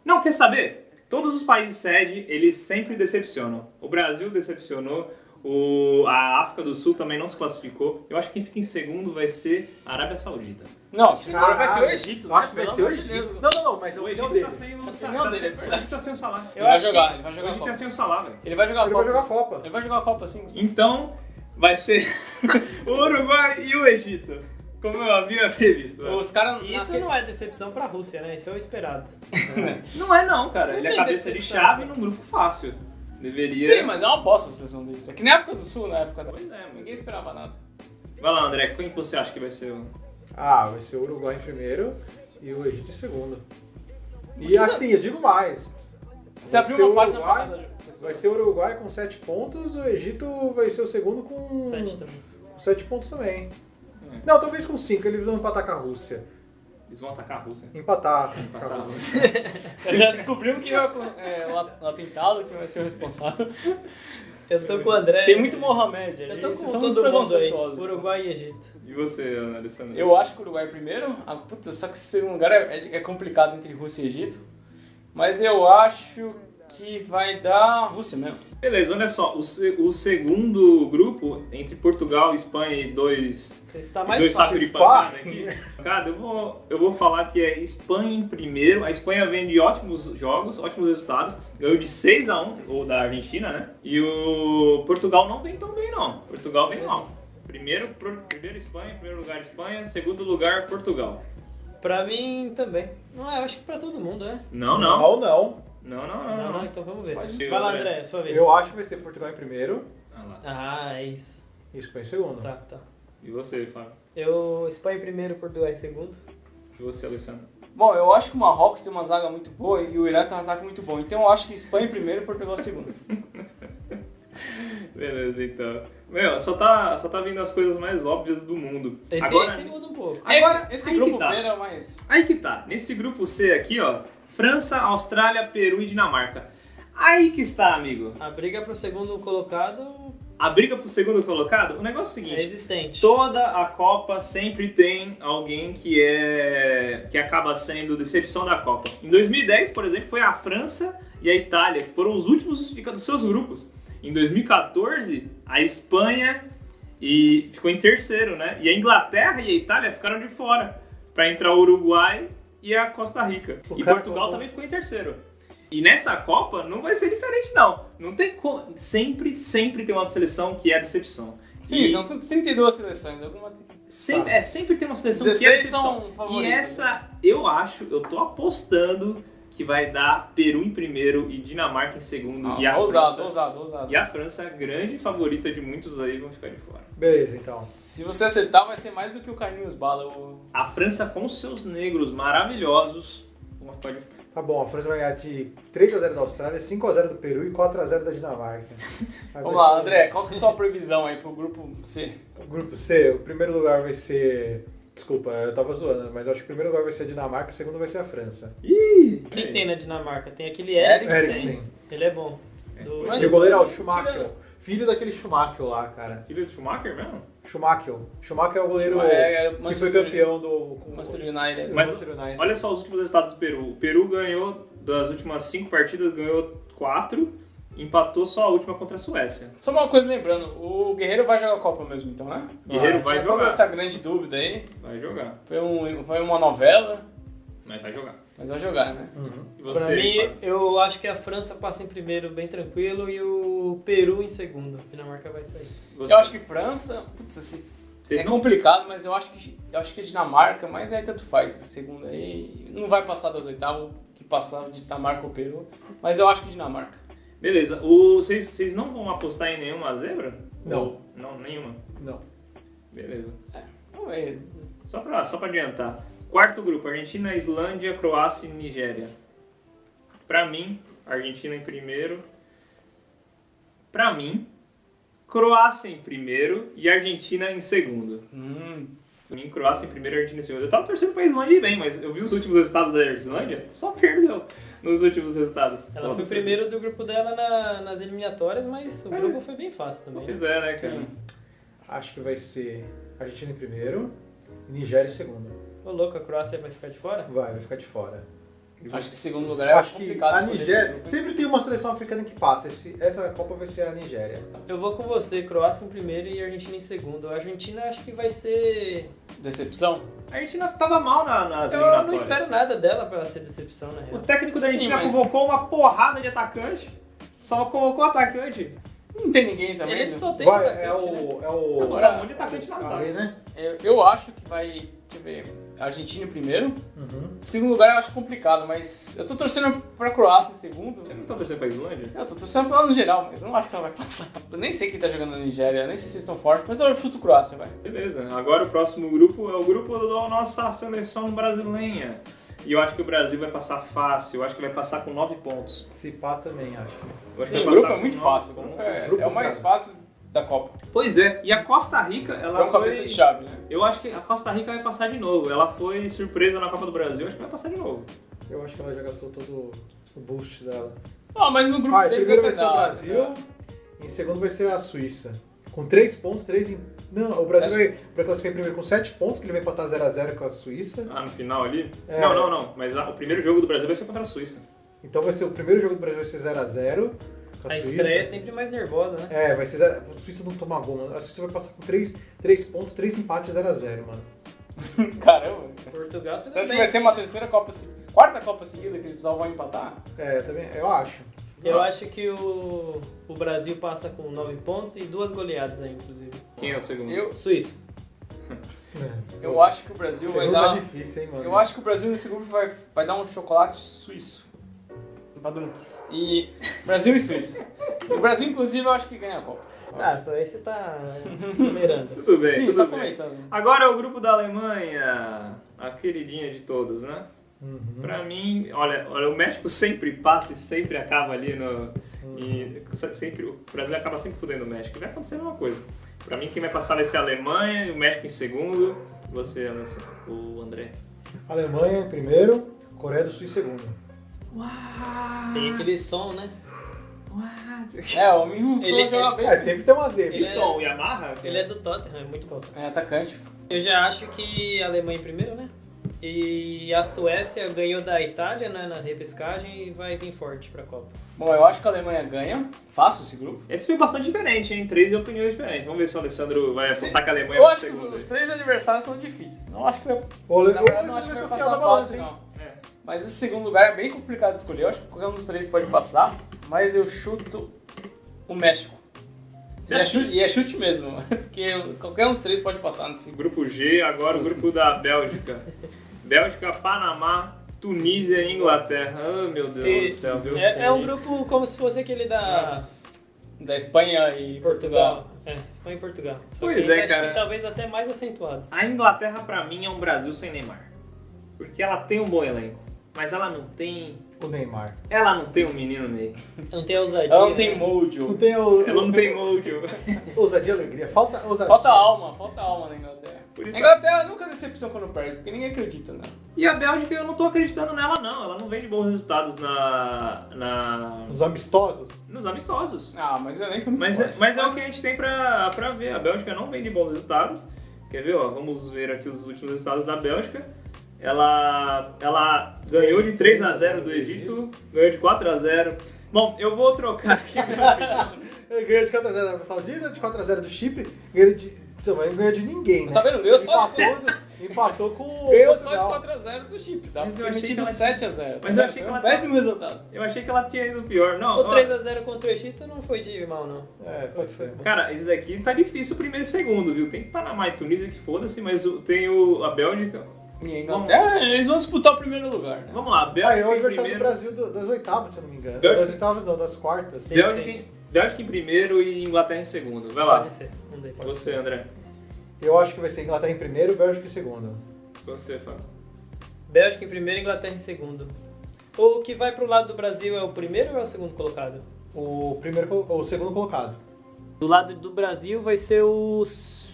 Não, quer saber? Todos os países sede, eles sempre decepcionam. O Brasil decepcionou, o, a África do Sul também não se classificou. Eu acho que quem fica em segundo vai ser a Arábia Saudita.
Não, agora vai ser o
Caralho.
Egito.
Eu
né?
acho que vai
Pelo
ser o
amor de
Egito.
Deus.
Não, não, não, mas é o
O
opinião
Egito
dele.
tá sem o
opinião
salário. Tá
dele, é
sem, o
verdade.
Egito tá sem o salário.
Ele vai jogar, ele vai
O
jogar a
Egito tá
Copa.
sem o salário, velho.
Ele vai jogar a
Ele vai
Copa.
jogar a Copa.
Ele vai jogar a Copa sim, Gustavo.
Então, vai ser [laughs] o Uruguai e o Egito. Como eu havia previsto. né?
Os caras.
Isso
naquele-
não é decepção pra Rússia, né? Isso é o esperado.
Não é não, cara.
Não
Ele é
tem
cabeça de
decepção.
chave num grupo fácil. Deveria.
Sim, mas é uma aposta a seleção do Egito. É que nem a África do Sul, na época da.
Pois é, mas-
Ninguém esperava nada.
Vai lá, André, quem que você acha que vai ser o.
Ah, vai ser o Uruguai em primeiro e o Egito em segundo. E assim, eu digo mais.
Você
Vai ser
abriu
o
uma página pra
Uruguai,
cada pessoa.
Vai ser o Uruguai com 7 pontos, o Egito vai ser o segundo com
Sete também.
7 pontos também.
É.
Não, talvez com 5, eles vão empatar com a Rússia.
Eles vão atacar a Rússia.
Empatar com
Tá.
a Rússia.
[laughs] Já descobrimos que é, é, o at- o atentado que vai ser o responsável.
Eu tô com o André.
Tem muito Mohamed ali.
Eu tô
vocês
com
são
todo
muito
mundo aí.
preconceituosos.
Uruguai e Egito.
E você, Ana Alessandra?
Eu acho que o Uruguai é primeiro. Ah, puta, só que esse segundo lugar é, é- é complicado entre Rússia e Egito. Mas eu acho que vai dar Rússia mesmo.
Beleza, olha só. O, se- o segundo grupo, entre Portugal, Espanha e dois.
Esse tá
dois
mais
sacos de
fácil.
pancada aqui. Cara, eu vou, eu vou falar que é Espanha em primeiro. A Espanha vem de ótimos jogos, ótimos resultados. Ganhou de 6 a 1 ou da Argentina, né? E o Portugal não vem tão bem, não. Portugal vem mal. Primeiro, pro- primeiro Espanha, primeiro lugar Espanha, segundo lugar Portugal.
Pra mim também. Não é, eu acho que pra todo mundo, né?
Não, não.
Não, não.
Não, não, não.
Não, não,
não.
então vamos ver.
Pode ir,
Vai lá,
André.
André, sua vez.
Eu acho que vai ser Portugal em primeiro
Ah lá.
Ah, é isso.
e Espanha em segundo.
Tá, tá.
E você, Fábio?
Eu, Espanha em primeiro, Portugal em segundo.
E você, Alessandro?
Bom, eu acho que o Marrocos tem uma zaga muito boa e o Irã tem um ataque muito bom. Então eu acho que Espanha em primeiro e Portugal em segundo.
Beleza, então. Meu, só tá, só tá vindo as coisas mais óbvias do mundo.
Esse,
Agora,
esse muda um pouco.
agora
Esse
aí
grupo
que tá.
B era mais.
Aí que tá. Nesse grupo C aqui, ó. França, Austrália, Peru e Dinamarca. Aí que está, amigo.
A briga pro segundo colocado
A briga pro segundo colocado, o negócio é o
é
seguinte.
existente.
Toda a Copa sempre tem alguém que é que acaba sendo decepção da Copa. Em 2010, por exemplo, foi a França e a Itália, que foram os últimos dos seus grupos. Em 2014, a Espanha e ficou em terceiro, né? E a Inglaterra e a Itália ficaram de fora para entrar o Uruguai e a Costa Rica.
O
e
cara-
Portugal
o-
também ficou em terceiro. E nessa Copa não vai ser diferente não. Não tem co... sempre sempre tem uma seleção que é a decepção.
Sim,
E-
são 32 seleções. Alguma tem que-
Sempre, é, sempre tem uma seleção que é
16
decepção.
são
E
favoritas.
essa, eu acho, eu tô apostando que vai dar Peru em primeiro e Dinamarca em segundo. e, a
Nossa, ousado,
França,
ousado, ousado.
e a França, grande favorita de muitos aí, vão ficar de fora.
Beleza, então.
Se você acertar, vai ser mais do que o Carlinhos Bala. O...
A França com seus negros maravilhosos vão ficar de fora.
Tá bom, a França vai ganhar de 3x0 da Austrália, 5x0 do Peru e 4x0 da
[laughs]
Dinamarca. Vai
Vamos
ser-
lá, André, qual que é a sua previsão aí pro grupo C?
O grupo C, o primeiro lugar vai ser. Desculpa, eu tava zoando, mas eu acho que o primeiro lugar vai ser a Dinamarca, o segundo vai ser a França.
Quem tem na Dinamarca? Tem aquele
Eriksen.
Eriksen.
Eriksen.
Ele é bom. Do-
pois
Mas-
E o goleiro é o
Tirando-
Schumacher. Filho daquele Schumacher lá, cara.
Filho do Schumacher mesmo?
Schumacher. Schumacher é o goleiro
É, é,
que foi
Manchester-
campeão do. com-
Manchester United.
do
Mas-
Manchester United.
Olha só os últimos resultados do Peru. O Peru ganhou, das últimas cinco partidas, ganhou quatro, empatou só a última contra a Suécia.
Só uma coisa lembrando, o Guerreiro vai jogar a Copa mesmo, então, né?
Guerreiro
Ah,
vai
já
jogar.
Toda essa grande dúvida aí.
Vai jogar,
Foi, um, foi uma novela,
mas vai jogar.
mas vai jogar, né?
E você,
Pra mim,
Fábio?
eu acho que a França passa em primeiro, bem tranquilo, e o Peru em segundo. A Dinamarca vai sair.
Você-
Eu acho que França. Putz, esse-
vocês
é
não
complicado, mas eu acho que eu acho que é Dinamarca, mas aí tanto faz. Segunda aí. Não vai passar das oitavas, que passar de Dinamarca ou Peru. Mas eu acho que Dinamarca.
Beleza, o- vocês vocês não vão apostar em nenhuma zebra?
Não.
Ou- Não, nenhuma.
Não.
Beleza.
Então, é,
Só pra, só pra adiantar. Quarto grupo, Argentina, Islândia, Croácia e Nigéria. Pra mim, Argentina em primeiro. Pra mim, Croácia em primeiro e Argentina em segundo.
hum,
Pra mim, Croácia em primeiro e Argentina em segundo. Eu tava torcendo pra Islândia ir bem, mas eu vi os últimos resultados da Islândia, só perdeu nos últimos resultados.
Ela foi
Todos.
primeiro do grupo dela na- nas eliminatórias, mas o
É.
grupo foi bem fácil também. né?
Pois é, né, cara?
Acho que vai ser Argentina em primeiro e Nigéria em segundo.
é.
Ô louco, a Croácia vai ficar de fora?
Vai, vai ficar de fora.
acho que segundo lugar é
Eu acho que
complicado
a
escolher esse
Nigéria.
grupo.
Sempre tem uma seleção africana que passa. Esse- essa Copa vai ser a Nigéria.
Eu vou com você, Croácia em primeiro e Argentina em segundo. A Argentina acho que vai ser.
Decepção?
A Argentina tava mal na, nas
Eu não
eliminatórias.
espero nada dela pra ela ser decepção, na
O
real.
técnico da Argentina
Sim, mas-
convocou uma porrada de atacante, só colocou atacante.
Não tem ninguém também.
Eles
né?
só tem
Vai, é
atacante, né?
o. É o.
Agora um monte de atacante na
Ale,
zaga.
né?
Eu, eu acho que vai. Deixa eu ver. Argentina em primeiro.
Uhum.
Em segundo lugar eu acho complicado, mas. Eu tô torcendo pra Croácia em segundo.
Você não tá torcendo pra Islândia?
Eu tô torcendo pra ela no geral, mas eu não acho que ela vai [laughs] passar. Eu nem sei quem tá jogando na Nigéria, nem sei se eles estão fortes, mas eu chuto Croácia, vai.
Beleza, agora o próximo grupo é o grupo da nossa seleção brasileira. E eu acho que o Brasil vai passar fácil, eu acho que vai passar com 9 pontos.
Se pá também, acho.
Eu acho que
Sim,
vai passar um
o grupo é
com
muito
nove
fácil. o
pontos.
grupo É,
Grupo,
é o mais
cara.
fácil da Copa.
Pois é, e a Costa Rica,
É
ela
um
foi...
cabeça de chave, né?
Eu acho que a Costa Rica vai passar de novo. Ela foi surpresa na Copa do Brasil, eu acho que vai passar de novo.
Eu acho que ela já gastou todo o boost dela.
Ah, mas no grupo
Ah, em
deles
primeiro
até
vai ser o
dá,
Brasil,
né?
em segundo vai ser a Suíça. Com 3 pontos, 3 em... Não, o Brasil vai, vai classificar em primeiro com 7 pontos, que ele vai empatar 0x0 com a Suíça.
Ah, no final ali?
É.
Não, não, não. Mas ah, o primeiro jogo do Brasil vai ser contra a Suíça.
Então vai ser o primeiro jogo do Brasil vai ser 0x0 com a,
A
Suíça.
estreia é sempre mais nervosa, né?
É, vai ser 0 A Suíça não toma gol, mano. A Suíça vai passar com 3, três pontos, 3 empates 0x0, mano.
né? Caramba.
Portugal, você
É. Você acha que
também.
vai ser uma terceira Copa seguida? Quarta Copa seguida que eles só vão empatar?
É, também, eu acho.
Eu acho que o, o Brasil passa com nove pontos e duas goleadas aí, inclusive.
Quem é o segundo?
Eu,
Suíça.
É.
eu acho que o Brasil vai
Segundo
dar.
tá difícil, hein, mano.
né?
Eu acho que o Brasil nesse grupo vai, vai dar um chocolate suíço. Badunts. E. Brasil e Suíça. E o Brasil, inclusive, eu acho que ganha a Copa.
Ah, então aí você tá acelerando.
Tudo bem,
Sim,
tudo
só
bem.
tá comentando.
Agora é o grupo da Alemanha, a queridinha de todos, né?
Uhum.
Pra mim, olha, olha, o México sempre passa e sempre acaba ali no, E sempre, o Brasil acaba sempre fudendo o México. Vai acontecer a mesma coisa. Pra mim, quem vai passar vai ser a Alemanha, o México em segundo, você, o André.
Alemanha em primeiro, Coreia do Sul em segundo.
[laughs] Tem aquele som, né?
É, o Minho
Ele-
Son joga
Ah,
bem.
É, sempre tem uma
E o
zebra.
som, o Yamaha?
Ele é do Tottenham, é muito bom.
É atacante.
Eu já acho que a Alemanha em primeiro, né? E a Suécia ganhou da Itália né, na repescagem e vai vir forte pra Copa.
Bom, eu acho que a Alemanha ganha. Fácil esse grupo.
Esse foi bastante diferente, hein? Três opiniões diferentes. Vamos ver se o Alessandro vai apostar que a Alemanha
Eu
vai
acho que os,
segundo.
os três adversários são difíceis. Não acho que vai.
O Ale-
na
o
verdade, não
Alessandro
acho que vai
vai
passar
ficar na balança,
fácil,
hein?
não. É. Mas esse segundo lugar é bem complicado de escolher. Eu acho que qualquer um dos três pode passar. Mas eu chuto o México. E
Você
é,
acha
chute, e é chute mesmo, [laughs] porque qualquer um dos três pode passar assim, nesse
Grupo G, agora o grupo da Bélgica. Bélgica, Panamá, Tunísia e Inglaterra. Ah, meu Deus
Sim.
do céu, viu?
É, é um grupo como se fosse aquele da
da Espanha e Portugal.
Portugal. É, Espanha e Portugal. Só
Pois
que
é,
acho
cara.
Que talvez até mais acentuado.
A Inglaterra, pra mim, é um Brasil sem Neymar. Porque ela tem um bom elenco, mas ela não tem.
O Neymar.
Ela não tem um menino Ney.
Não tem a ousadia.
Ela não tem
né?
Não
molde.
tem o,
Ela não tem mojo.
ousadia e alegria. Falta ousadia.
Falta alma, falta alma na Inglaterra.
Por isso-
a Inglaterra nunca decepciona quando perde, porque ninguém acredita, né?
E a Bélgica, eu não tô acreditando nela, não. Ela não vem de bons resultados na, na,
Os amistosos.
nos amistosos.
Ah, mas eu nem que eu não
Mas, é-
gosto.
mas é o que a gente tem pra, pra ver. A Bélgica não vem de bons resultados. Quer ver, ó? Vamos ver aqui os últimos resultados da Bélgica. Ela, ela ganhou de 3 a 0 do Egito, ganhou de 4 a 0 Bom, eu vou trocar aqui.
Ganhou de 4x0 da Arábia Saudita, de 4x0 do Chipre, ganhou de. Também não ganhou de ninguém, né?
Tá vendo? Ganhou só de,
empatou, do- empatou
[laughs]
com o.
ganhou só de
Portugal.
4x0 do Chip. Dá
Mas eu
pra ter
achei que
metido
ela-
7x0.
Mas eu achei que ela-
Péssimo resultado.
Eu achei que ela tinha ido pior. Não, é?
O
ó,
3x0 contra o Egito não foi de mal, não.
É, pode ser.
Cara, esse daqui tá difícil o primeiro e o segundo, viu? Tem Panamá e Tunísia que foda-se, mas o- tem o, a Bélgica.
E a Inglaterra, É, eles vão disputar o primeiro lugar, né?
Vamos lá, a
Ah, é o
Bélgica em
adversário do
primeiro.
Brasil do- das oitavas, se eu não me engano.
Bélgica.
Das oitavas não, das quartas.
Bélgica, em- Bélgica em primeiro e Inglaterra em segundo. Vai lá.
Pode ser. Não dei.
Você, André.
Eu acho que vai ser Inglaterra em primeiro, Bélgica em segundo.
Você, Fábio.
Bélgica em primeiro, Inglaterra em segundo. O que vai pro lado do Brasil é o primeiro ou é o segundo colocado?
O primeiro, colo- o segundo colocado.
Do lado do Brasil vai ser o s-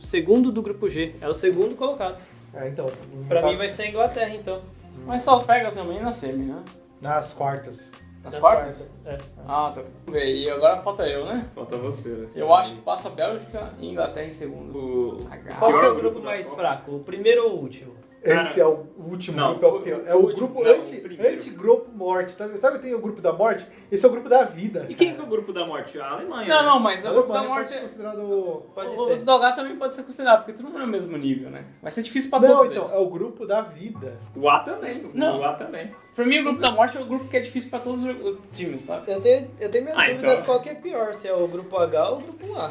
segundo do grupo G. É o segundo colocado.
É, então.
Pra mim vai ser a Inglaterra, então.
Mas só pega também na semi, né?
Nas quartas.
Nas,
Nas
quartas?
É.
Ah, tá. Vamos ver. E agora falta eu, né?
Falta você, né?
Eu acho que passa a Bélgica e Inglaterra em segundo.
O...
Qual que é
Pior
o grupo
grupo da
mais
Copa.
fraco? O primeiro ou o último?
Esse é o último
não,
grupo, é o pior. É o
o último,
grupo
não, o
anti-
primeiro.
anti-grupo morte. Sabe, sabe que tem o grupo da morte? Esse é o grupo da vida.
E quem que é o grupo da morte? A Alemanha.
Não,
né?
não, mas é o grupo da
Alemanha pode
morte.
ser considerado. Não,
Pode
o,
ser.
o Dalgar também pode ser considerado, porque todo mundo é o mesmo nível, né? Vai ser difícil pra todos
então,
eles.
é o grupo da vida.
O A também. o-
Não.
O A também.
Pra mim, o grupo da morte é o grupo que é difícil pra todos os times, sabe?
Eu tenho, eu tenho minhas
Ah,
dúvidas
então.
qual que é pior, se é o grupo H ou o grupo A.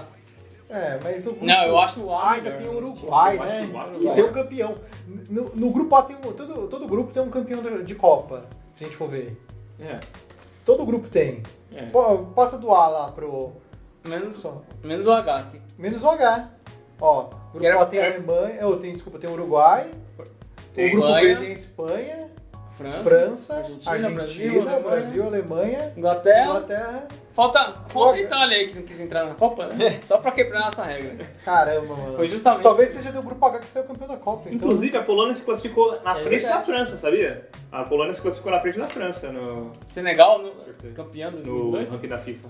É, mas o grupo.
Não, eu acho o
Ah,
A.
ainda
melhor.
tem o Uruguai,
Eu
né?
acho o A
E tem um campeão. No, no grupo A tem um. Todo, todo grupo tem um campeão de- de Copa, se a gente for ver.
É.
Todo grupo tem.
É.
Pô, Passa do A lá pro.
Menos,
só.
menos o H. que-
Menos o H. Ó, grupo
Era-
A tem
era-
Alemanha. Eu tenho, desculpa, tem Uruguai.
Tem
o grupo
Espanha.
B tem Espanha,
França,
França,
Argentina,
Argentina,
Brasil, Alemanha,
Brasil, Alemanha,
Inglaterra.
Inglaterra.
Falta, falta
Porra.
a Itália aí que não quis entrar na Copa, né?
[laughs]
Só pra quebrar essa regra.
Caramba, mano.
Foi justamente.
Então. Talvez seja do grupo H que saiu campeão da Copa, então.
Inclusive, a Polônia se classificou na
É
frente
verdade.
da França, sabia? A Polônia se classificou na frente da França no,
Senegal, no,
Certeza.
campeão
no
2018.
ranking da FIFA.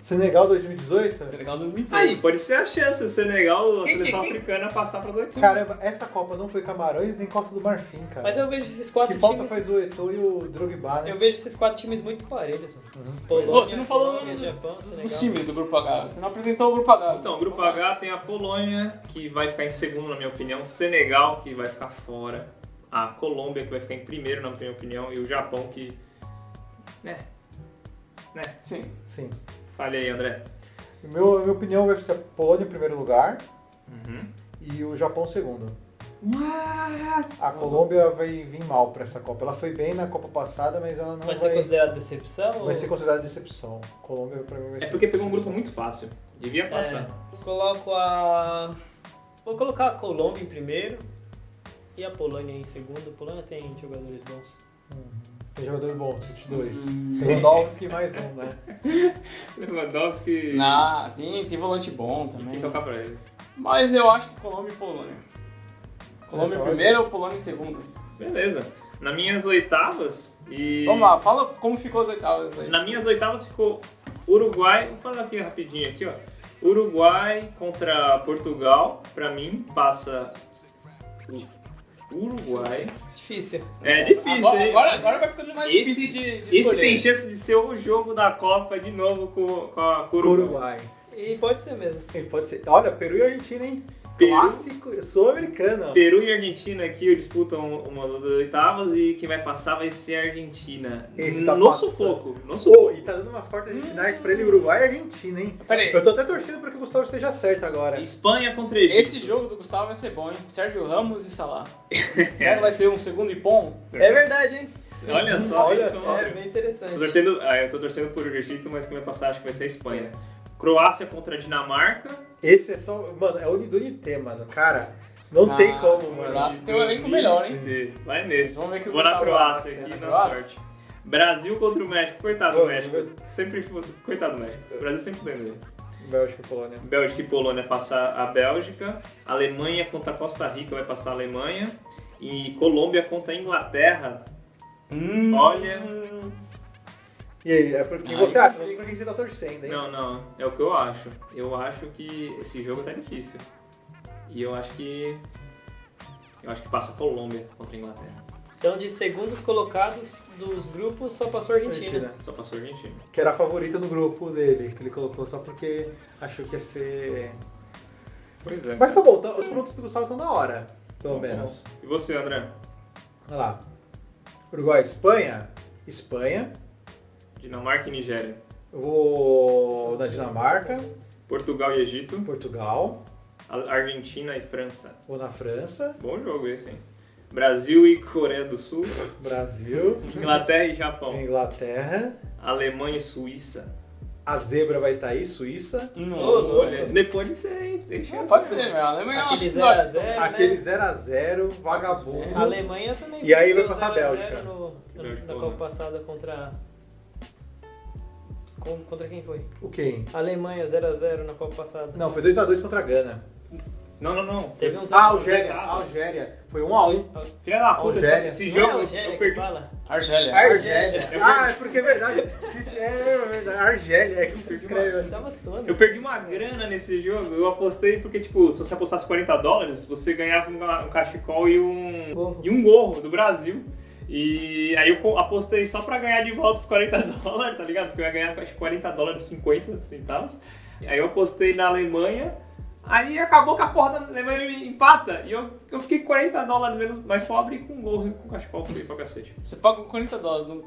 Senegal 2018?
Senegal 2018.
Aí, pode ser a chance. Senegal, a
Quem-
seleção
quem- quem-
africana, passar para os oito.
Caramba, essa Copa não foi Camarões nem Costa do Marfim, cara.
Mas eu vejo esses
É. que
quatro
falta
times.
faz o Eto'o e o Drogba, né?
Eu vejo esses quatro times muito parelhos, mano.
Uhum.
Polônia,
Pô, você não falou o
Polônia,
nome do-
Japão, Senegal.
dos
né?
times do grupo H. Você não apresentou o grupo H.
Então, o grupo H tem a Polônia, que vai ficar em segundo, na minha opinião. Senegal, que vai ficar fora. A Colômbia, que vai ficar em primeiro, na minha opinião. E o Japão, que. Né? Né?
Sim.
Sim.
Falha aí, André.
Meu, minha opinião vai ser a é Polônia em primeiro lugar
Uhum.
e o Japão em segundo. A Colômbia vai vir mal pra essa Copa. Ela foi bem na Copa passada, mas ela não vai,
Vai ser considerado decepção?
vai ser considerada decepção. Colômbia pra mim vai ser.
É porque pegou um grupo
decepção.
muito fácil. Devia passar.
É, coloco a. Vou colocar a Colômbia em primeiro e a Polônia em segundo. A Polônia tem jogadores bons.
Tem jogador bom, City 2. Lewandowski mais um, né?
[laughs] Lewandowski.
Na, tem, tem volante bom
Tem
também.
que tocar pra ele.
Mas eu acho que Colômbia e Polônia. Colômbia
Nessa
em
ordem.
primeiro ou Polônia em segundo?
Beleza. Nas minhas oitavas e.
Vamos lá, fala como ficou as oitavas aí.
Nas minhas oitavas ficou Uruguai, vou falar aqui rapidinho aqui, ó. Uruguai contra Portugal, pra mim, passa o Uruguai.
Difícil.
É difícil,
agora,
hein?
agora, agora vai ficando mais
esse,
difícil de, de
esse
escolher.
tem chance de ser o jogo da Copa de novo com, com a com o Uruguai.
Uruguai.
E pode ser mesmo.
Quem pode ser? Olha, Peru e Argentina, hein?
Peru.
Clássico. Eu sou americana.
Peru e Argentina aqui disputam uma das oitavas e quem vai passar vai ser a Argentina.
Esse tá
no
passando.
sufoco, no
Pô,
sufoco.
e tá dando umas quartas de finais pra ele, Uruguai e Argentina, hein?
Pera aí,
Eu tô até torcendo pra que o Gustavo esteja certo agora.
Espanha contra Egito.
esse jogo do Gustavo vai ser bom, hein? Sérgio Ramos
[laughs]
e Salah. Será que vai ser um segundo e bom?
É verdade, hein?
Olha só,
Olha
então,
só.
É bem
Tô
interessante.
torcendo, ah, eu tô torcendo por Egito, mas quem vai passar acho que vai ser a Espanha. Croácia contra a Dinamarca.
Esse é só. Mano, é Unidunité, mano. Cara, não
Ah,
tem como, mano.
Croácia tem um elenco melhor, hein?
Vai nesse.
Vamos ver que o
Vou na
Gustavo
Croácia
vai
aqui,
ser
na
na Croácia.
sorte. Brasil contra o México. Coitado do
Vamos,
México.
vamos.
Sempre fu- Coitado do México. O Brasil sempre fudendo ele.
Bélgica e Polônia.
Bélgica e Polônia passar a Bélgica. Alemanha contra Costa Rica vai passar a Alemanha. E Colômbia contra a Inglaterra. Olha.
E aí, é porque
Ai,
você acha, não
complica.
pra quem você tá torcendo, hein?
Não, não. É o que eu acho. Eu acho que esse jogo tá difícil. E eu acho que. Eu acho que passa a Colômbia contra a Inglaterra.
Então, de segundos colocados dos grupos, só passou a Argentina.
Argentina,
Só passou a Argentina.
Que era a favorita no grupo dele, que ele colocou só porque achou que ia ser.
Pois é. Tá
Mas tá bom, tá- os produtos do Gustavo estão da hora, pelo menos.
E você, André?
Olha lá. Uruguai, Espanha? Espanha.
Dinamarca e Nigéria.
Eu vou na Dinamarca,
Portugal e Egito.
Portugal,
A- Argentina e França.
vou na França,
Bom jogo esse, hein? Brasil e Coreia do Sul.
Brasil,
Inglaterra e Japão.
Inglaterra,
Alemanha e Suíça.
a zebra vai estar aí, Suíça.
Ô,
Olha, depois de ser, hein? Tem chance,
Pode
né?
ser, meu. A Alemanha eu acho
Aquele
que
0 a
gosta.
0
Aquele
né? É,
0x0, vagabundo.
A Alemanha também
Uhum. E aí vai
perdeu
passar a
0
Bélgica.
0 No,
Bélgica,
na
né?
Copa passada contra... com- Contra quem foi?
O quem?
A Alemanha 0x0 na Copa passada.
Não, foi 2x2 contra a Gana.
Não, não, não.
Teve um uns
Ah, Algéria,
oitavas.
Algéria. Foi 1x1.
Filha da puta,
Algéria.
esse
Não é
jogo
Algéria
eu
que
perdi.
fala?
É. Argélia.
Argélia. Ah, é porque é verdade. Se- É verdade. Argélia, é que não se escreve. eu
Eu
acho.
tava sono.
Eu perdi uma grana nesse jogo, eu apostei porque, tipo, se você apostasse 40 dólares, você ganhava um um cachecol e um,
Gorro.
e um gorro do Brasil. E aí eu co- apostei só pra ganhar de volta os 40 [laughs] dólares, tá ligado? Porque eu ia ganhar acho, que 40 dólares e 50 centavos. Aí eu apostei na Alemanha, aí acabou que a porra da Alemanha me empata. E eu, eu fiquei 40 dólares menos, mais pobre com gorro e com cachecol frio pra cacete.
Você paga 40 dólares. Um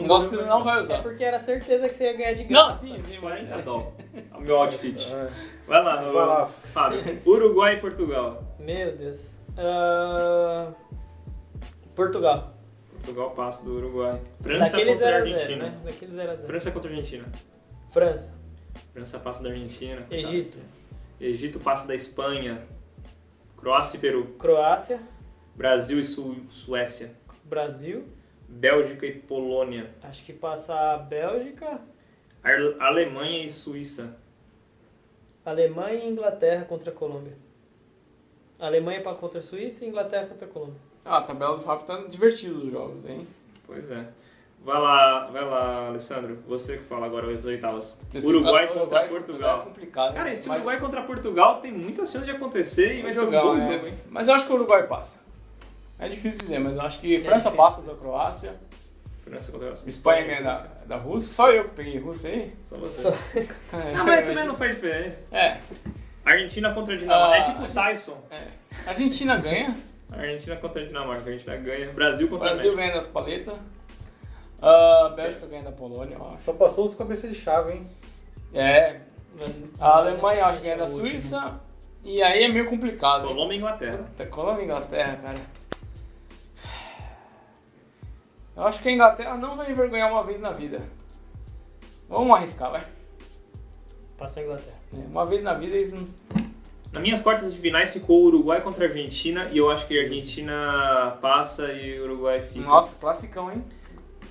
negócio que você não vai
É
usar.
porque era certeza que você ia ganhar de graça.
Não, sim, sim.
40 dólares. É O meu outfit.
Ah,
Vai lá,
Vai lá.
Fábio. Uruguai e Portugal.
Meu Deus. Ah, Portugal.
Portugal passa do Uruguai. França
Daquele
contra a
0x0,
Argentina.
né? Daquele 0x0.
França contra a Argentina.
França.
França passa da Argentina. coitado.
Egito.
Egito passa da Espanha. Croácia e Peru.
Croácia.
Brasil e Su- Suécia.
Brasil.
Bélgica e Polônia.
Acho que passa a Bélgica.
Ar- Alemanha e Suíça.
Alemanha e Inglaterra contra a Colômbia. Alemanha pra- contra a Suíça e Inglaterra contra a Colômbia.
Ah, a tabela do Fábio tá divertida os jogos, hein?
Pois é. Vai lá, vai lá, Alessandro. Você que fala agora as oitavas. Uruguai contra
É
Portugal.
complicado.
Cara, esse
mas-
Uruguai contra Portugal tem muita chance de acontecer e vai ser um
Portugal,
bom
é.
jogo, hein?
Mas eu acho que o Uruguai passa. É difícil dizer, mas eu acho
É
que França
difícil.
passa da Croácia,
França contra a
Espanha ganha da, da Rússia. Só eu que peguei Rússia aí.
Só você.
Só-
É,
Não, Ah, mas também não faz diferença.
É,
Argentina contra a Dinamarca.
Ah,
é tipo o Tyson.
é. Argentina ganha,
Argentina contra a Dinamarca. A Argentina ganha. Brasil
o
contra
Brasil
a México.
ganha das paletas, a Bélgica ganha da Polônia, eu acho.
Só passou os cabeças de chave, hein?
É, a Alemanha eu acho que ganha da Suíça, e aí é meio complicado. hein?
Colômbia e Inglaterra.
Puta, Colômbia e Inglaterra, cara. Eu acho que a Inglaterra não vai envergonhar uma vez na vida. Vamos arriscar, vai.
Passou a Inglaterra.
É, Uma vez na vida eles não.
Nas minhas quartas de finais ficou Uruguai contra a Argentina. E eu acho que a Argentina passa e o Uruguai fica.
Nossa, classicão, hein?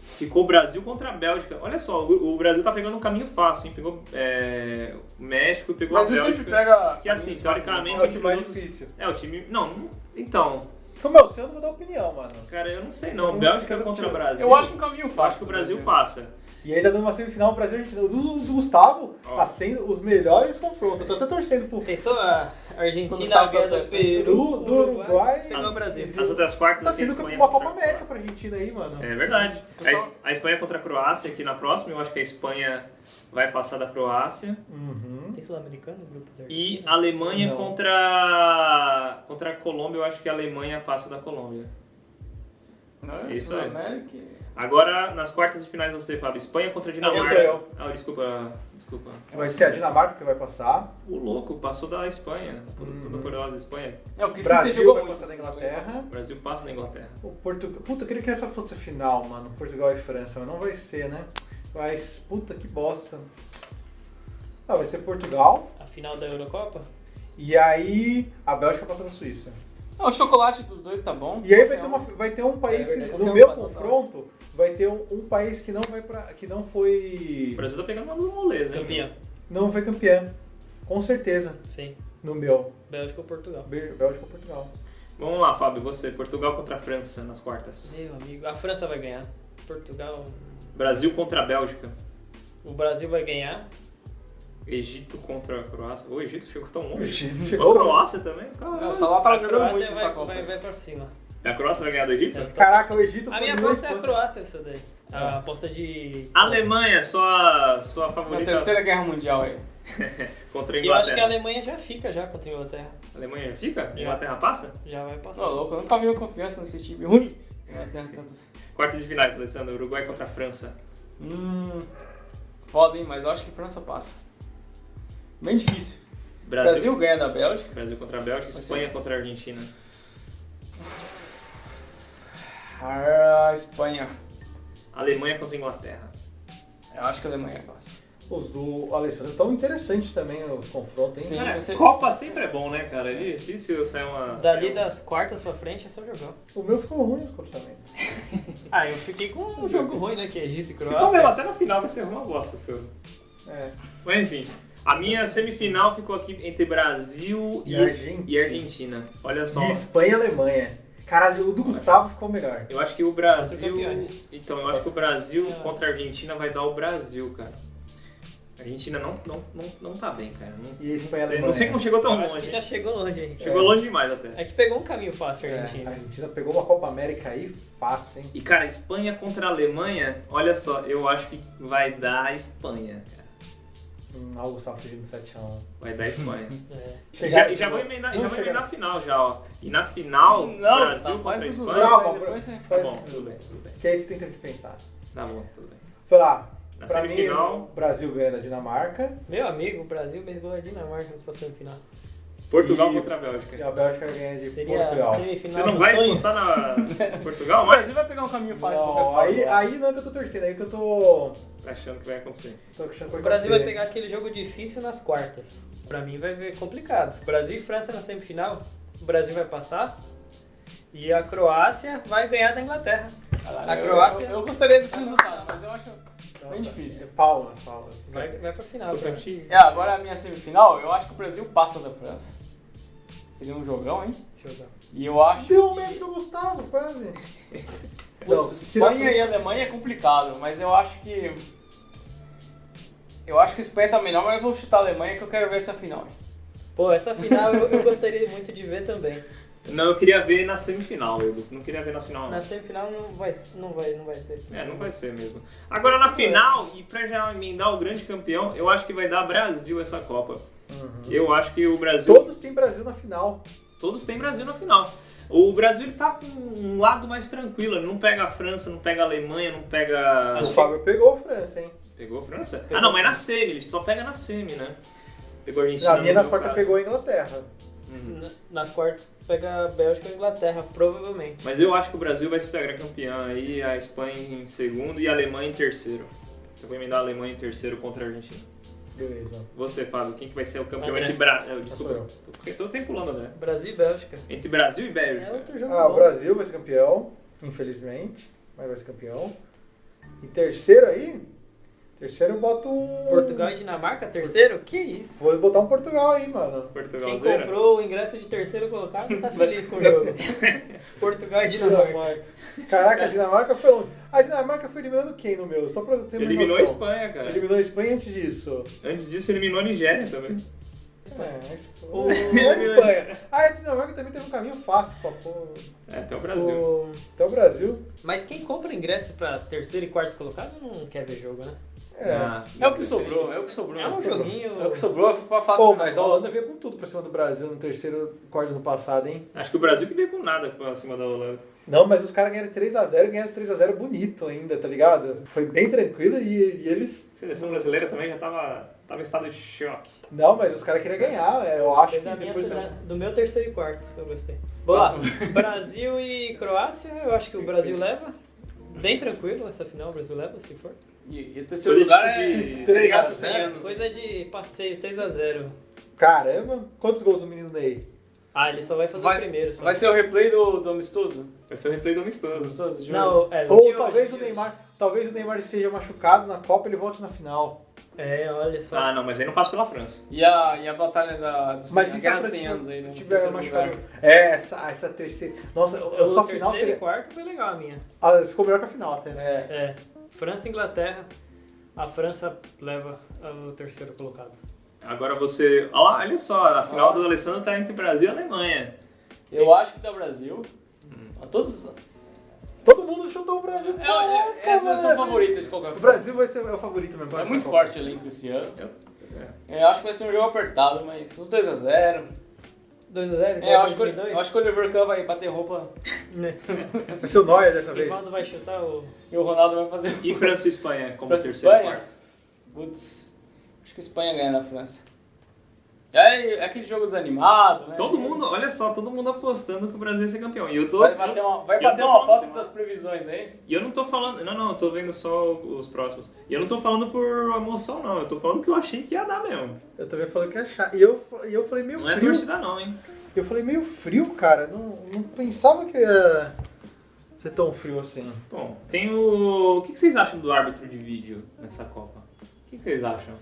Ficou Brasil contra a Bélgica. Olha só, o o Brasil tá pegando um caminho fácil, hein? Pegou é, o México e pegou
Mas
a
isso
Bélgica.
sempre pega.
Que assim, teoricamente.
É o time mais
grupo-
difícil.
É, o time. Não, então.
Então, meu, se eu não vou dar opinião, mano.
Cara, eu não sei não.
Não,
Bélgica
não,
contra
não.
Brasil.
Eu acho um caminho
Eu acho que
fácil.
o Brasil passa.
E aí tá dando uma semifinal Brasil e Argentina. Do, do Gustavo
Ó.
tá sendo os melhores confrontos. Eu tô até torcendo pro
Pensou a
Quando
Argentina,
estava
ganha
certo,
do
né?
Peru,
Peru, do Uruguai.
pegou o Brasil.
As outras quartas.
Tá
tem
sendo
Espanha
uma Copa
contra a Croácia.
América pra Argentina aí, mano.
É verdade. A
Pessoal-
Es- A Espanha contra a Croácia aqui na próxima. Eu acho que a Espanha vai passar da Croácia.
Uhum.
Tem sul-americano no grupo da
E
Argentina?
a Alemanha
Não.
contra contra a Colômbia, eu acho que a Alemanha passa da Colômbia.
Não,
Isso
isso
aí.
é América.
Agora, nas quartas de finais você, Fábio, Espanha contra a Dinamarca.
sou eu.
Ah, desculpa, desculpa.
Vai ser a Dinamarca que vai passar.
O louco passou da Espanha, por-
Uhum.
toda poderosa Espanha.
É, o Cristian sempre
Brasil
jogou
vai
muito.
passar da Inglaterra.
O Brasil passa na Inglaterra.
O Portugal. Puta, eu queria que essa fosse a final, mano. Portugal e França, mas não vai ser, né? Mas, puta que bosta. Ah, vai ser Portugal.
A final da Eurocopa?
E aí a Bélgica passa da Suíça.
Não, É, o chocolate dos dois tá bom.
E aí vai ter, uma, vai ter um país.
É verdade,
no
qualquer um
meu
passa pra
confronto, vai ter um, um país que não vai para que não
O
foi.
Brasil tá pegando uma moleza, hein?
Campeão,
não foi campeã. Com certeza.
sim.
No meu.
Bélgica ou Portugal?
Bé- Bélgica ou Portugal.
Vamos lá, Fábio, você. Portugal contra a França nas quartas.
Meu amigo, a França vai ganhar. Portugal,
Brasil contra a Bélgica.
o Brasil vai ganhar.
Egito contra a Croácia. O Egito chegou tão longe.
Chegou. É,
a Croácia também? Caralho.
Nossa, lá tá
a
jogando
Croácia
muito essa
vai,
Copa.
vai, vai pra cima.
A Croácia vai ganhar do Egito?
É.
Caraca, o Egito
A minha
dominou
aposta é a
Espanha.
Croácia essa daí.
Ah.
A aposta de...
Alemanha, sua, sua
Na
favorita
terceira guerra mundial aí.
contra a
Eu acho que a
Inglaterra.
É. Alemanha já fica já contra a Inglaterra.
a Alemanha fica? Inglaterra passa?
Já vai passar.
Ô, louco, eu nunca vi confiança nesse time ruim. Inglaterra, tanto assim.
Quartas de finais, Alessandro. Uruguai contra a França.
Hum. Foda, hein? Mas eu acho que França passa. Bem difícil.
Brasil.
Brasil ganha da Bélgica.
Brasil contra a Bélgica.
Vai
Espanha contra a Argentina.
Ah, Espanha.
Alemanha contra a Inglaterra.
Eu acho que a Alemanha passa.
Os do Alessandro tão interessantes também os confrontos, hein?
Sim,
Cara,
vai ser-
Copa sempre é bom, né, cara? É difícil sair uma...
Dali
sair
das
um-
quartas pra frente é só jogão.
O meu ficou ruim os cruzamentos.
Ah, eu fiquei com um jogo ruim, né? Que é Egito e
Um... Ficou mesmo,
Croácia.
até na final vai ser uma bosta, seu.
É.
Mas enfim, a minha semifinal ficou aqui entre Brasil e,
E Argentina.
e Argentina. Olha só.
E Espanha e Alemanha. Caralho, o do Gustavo ficou melhor.
Eu acho que o Brasil.
Campeões.
Então, eu acho que o Brasil
É.
contra a Argentina vai dar o Brasil, cara. A Argentina não, não, não, não tá bem, cara. Não, sei-
a Espanha e a
não sei, não
Alemanha?
sei como chegou tão
Eu acho que
longe.
já chegou longe aí.
né, Chegou
É.
longe demais até.
É que pegou um caminho fácil a
É,
Argentina.
a Argentina pegou uma Copa América aí fácil, hein?
E, cara, Espanha contra a Alemanha, olha só, eu acho que vai dar a Espanha, cara.
Hum, ah, o Gustavo fugindo 7x1.
Vai dar a
[laughs]
Espanha.
É.
já, e já vou emendar, já vou emendar a final já, ó. E na final, Brasil
tá,
Gustavo,
contra a
faz
Espanha.
os
Calma,
aí,
bro.
depois você-
Tá bom, tudo bem, tudo bem.
Que aí você tem tempo de pensar.
Tá bom, tudo bem.
Foi lá.
Na
pra
semifinal-
mim, o Brasil ganha da Dinamarca
Meu amigo, o Brasil pegou a Dinamarca na sua semifinal.
Portugal
E-
contra a
e
Bélgica.
a Bélgica ganha de
Seria
Portugal.
a semifinal
Você não
dos
vai
sonhos.
expulsar
[laughs]
na Portugal,
O
mas
Brasil vai pegar um caminho fácil de qualquer
Não,
forma.
aí, aí não é que eu tô torcendo, aí que eu tô.
tá achando que vai acontecer.
tô achando que
O Brasil vai
acontecer.
pegar aquele jogo difícil nas quartas. Pra mim vai ver complicado. Brasil e França na semifinal, o Brasil vai passar. E a Croácia vai ganhar da Inglaterra.
Caralho,
A
eu-
Croácia-
Eu, eu gostaria desse resultado, mas eu acho
Nossa,
bem difícil.
É palmas, palmas.
Vai, vai pra final.
Tô
cara.
contigo.
É, agora a minha semifinal, eu acho que o Brasil passa da França. Seria um jogão, hein?
Jogão.
E eu acho.
Deu o mesmo
que...
que o Gustavo, quase.
Putz,
Não, tira a
Espanha e Alemanha é complicado, mas eu acho que. Eu acho que a Espanha tá melhor, mas eu vou chutar a Alemanha que eu quero ver essa final. hein?
Pô, essa final eu, eu gostaria muito de ver também.
Não, eu queria ver na semifinal, eu não queria ver na final. não.
Na semifinal não vai, não vai, não vai ser.
É, não vai ser mesmo. Agora na final, e pra já emendar o grande campeão, eu acho que vai dar Brasil essa Copa. Eu acho que o Brasil.
Todos têm Brasil na final.
Todos têm Brasil na final. O Brasil ele tá com um lado mais tranquilo, ele não pega a França, não pega a Alemanha, não pega.
O Fábio pegou a França, hein?
Pegou a França? Ah, não, mas na semi, ele só pega na semi, né? Pegou a Argentina.
Na minha,
no
nas
meu
quartas,
caso.
pegou a Inglaterra.
Uhum.
Na- Nas quartas pega a Bélgica e a Inglaterra, provavelmente.
Mas eu acho que o Brasil vai se sagrar campeão aí, a Espanha em segundo e a Alemanha em terceiro. Eu vou emendar a Alemanha em terceiro contra a Argentina.
Beleza.
Você, Fábio, quem que vai ser o campeão
André.
entre Brasil.
Sou eu.
Desculpa, eu tô sempre pulando, né?
Brasil e Bélgica.
Entre Brasil e
É
Bélgica.
outro jogo
Ah,
bom.
o Brasil vai ser campeão, infelizmente, mas vai ser campeão. E terceiro aí, terceiro eu boto um...
Portugal e Dinamarca, terceiro? Que isso?
Vou botar um Portugal aí, mano.
Quem
Portugalzeira.
comprou o ingresso de terceiro colocado tá feliz com
[laughs]
o jogo. Portugal e Dinamarca.
Dinamarca. Caraca, a Dinamarca foi longe. A Dinamarca foi eliminando quem no meu? Só pra eu ter uma
Eliminou a
noção.
Espanha, cara.
Eliminou a Espanha antes disso.
Antes disso, eliminou a Nigéria também.
É, a Espanha. [laughs]
O-
a Espanha. Ah, a Dinamarca também teve um caminho fácil pra pôr
É, até o Brasil.
O-
até o Brasil.
Mas quem compra ingresso pra terceiro e quarto colocado não quer ver jogo, né?
É.
Ah,
É o que sobrou, é o que sobrou.
É um joguinho.
É o que sobrou pra fato.
Pô, mas a Holanda veio com tudo pra cima do Brasil no terceiro quarto do passado, hein?
né?
Acho que o Brasil que veio com nada pra cima da Holanda.
Não, mas os caras ganharam 3x0 e ganharam 3x0 bonito ainda, tá ligado? Foi bem tranquilo e, e eles.
A seleção brasileira também já tava, tava em estado de choque.
Não, mas os caras queriam ganhar, é, eu acho
Foi
que
da minha
depois.
cidade- do meu terceiro e quarto, que eu gostei. Vamos lá. Brasil e Croácia, eu acho que o Brasil leva. Bem tranquilo essa final, o Brasil leva, se for.
E, e o terceiro lugar é.
de...
Três
Obrigado,
a zero.
cem anos.
Coisa de passeio, 3x0.
Caramba, quantos gols do menino Ney?
Ah, ele só vai fazer
Vai-
o primeiro. Só.
Vai ser o replay do, do amistoso?
Vai ser um replay do amistoso.
Amistoso? de hoje?
Não, é, de
Ou
hoje,
talvez
de
o
hoje.
Neymar. Talvez o Neymar seja machucado na Copa ele volte na final.
É, olha só.
Ah, não, mas aí não passa pela França.
E a, e a batalha da, dos
Mas
a
se
guerra
São
dos
Francisco
100 anos aí, né?
não tiver
Terceiro
machucado.
lugar.
É, essa, essa terceira. Nossa, eu
o
só a
terceiro
final
e
seria.
quarto foi legal a minha.
Ah, ficou melhor que a final até, né?
É.
É, França e Inglaterra. A França leva o terceiro colocado.
Agora você. Olha lá, olha só, a final do Alessandro tá entre Brasil e Alemanha.
Eu acho que dá Brasil. A todos.
Todo mundo chutou o Brasil.
É, é, é a seleção
Caraca, velho.
favorita de qualquer
O
forma.
Brasil vai ser o favorito mesmo. pra
É
essa
muito
Copa.
forte o elenco esse ano. É, acho que vai ser um jogo apertado, mas uns 2x0.
2x0?
É, eu acho, que, eu acho que o Oliver Kahn vai bater roupa né?
Vai ser o Neuer dessa vez.
Rivaldo vai chutar o.
e o Ronaldo vai fazer. [laughs]
E França e Espanha como
França e
terceiro e
Espanha?
quarto.
Putz, acho que a Espanha ganha na França. É, é aquele jogo desanimado, né?
Todo mundo, olha só, todo mundo apostando que o Brasil ia ser campeão. E eu tô.
Vai bater um- uma, vai
Eu
bater
tô
uma
falando
foto
que-
das previsões aí.
E eu não tô falando. Não, não, eu tô vendo só os próximos. E eu não tô falando por emoção, não. Eu tô falando que eu achei que ia dar mesmo.
Eu também falei que ia achar. E eu, e eu falei meio
Não é
frio.
torcida, não, hein?
Eu falei meio frio, cara. Não, não pensava que ia ser tão frio assim.
Bom, tem o. O que que vocês acham do árbitro de vídeo nessa Copa? O que que vocês acham?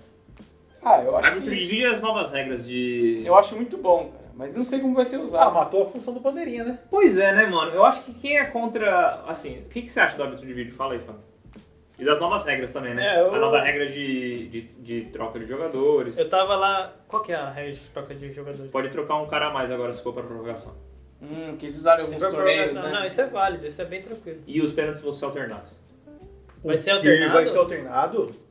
Ah, eu acho
Árbitro de
que, É
vídeo e as novas regras de.
eu acho muito bom, cara. Mas não sei como vai ser
Ah,
usado.
matou a função do bandeirinha, né?
Pois é, né, mano? Eu acho que quem é contra. Assim, o que, que você acha do árbitro de vídeo? Fala aí, Fábio. E das novas regras também, né?
É, eu-
A nova regra de, de, de troca de jogadores.
Eu tava lá. Qual que é a regra de troca de jogadores?
Pode trocar um cara a mais agora se for pra prorrogação.
Hum, que eles usaram
Se
alguns
for
torneios,
prorrogação.
né?
Não, isso é válido, isso é bem tranquilo.
E os pênaltis vão ser alternados.
Vai ser
Que
alternado?
Vai ser alternado?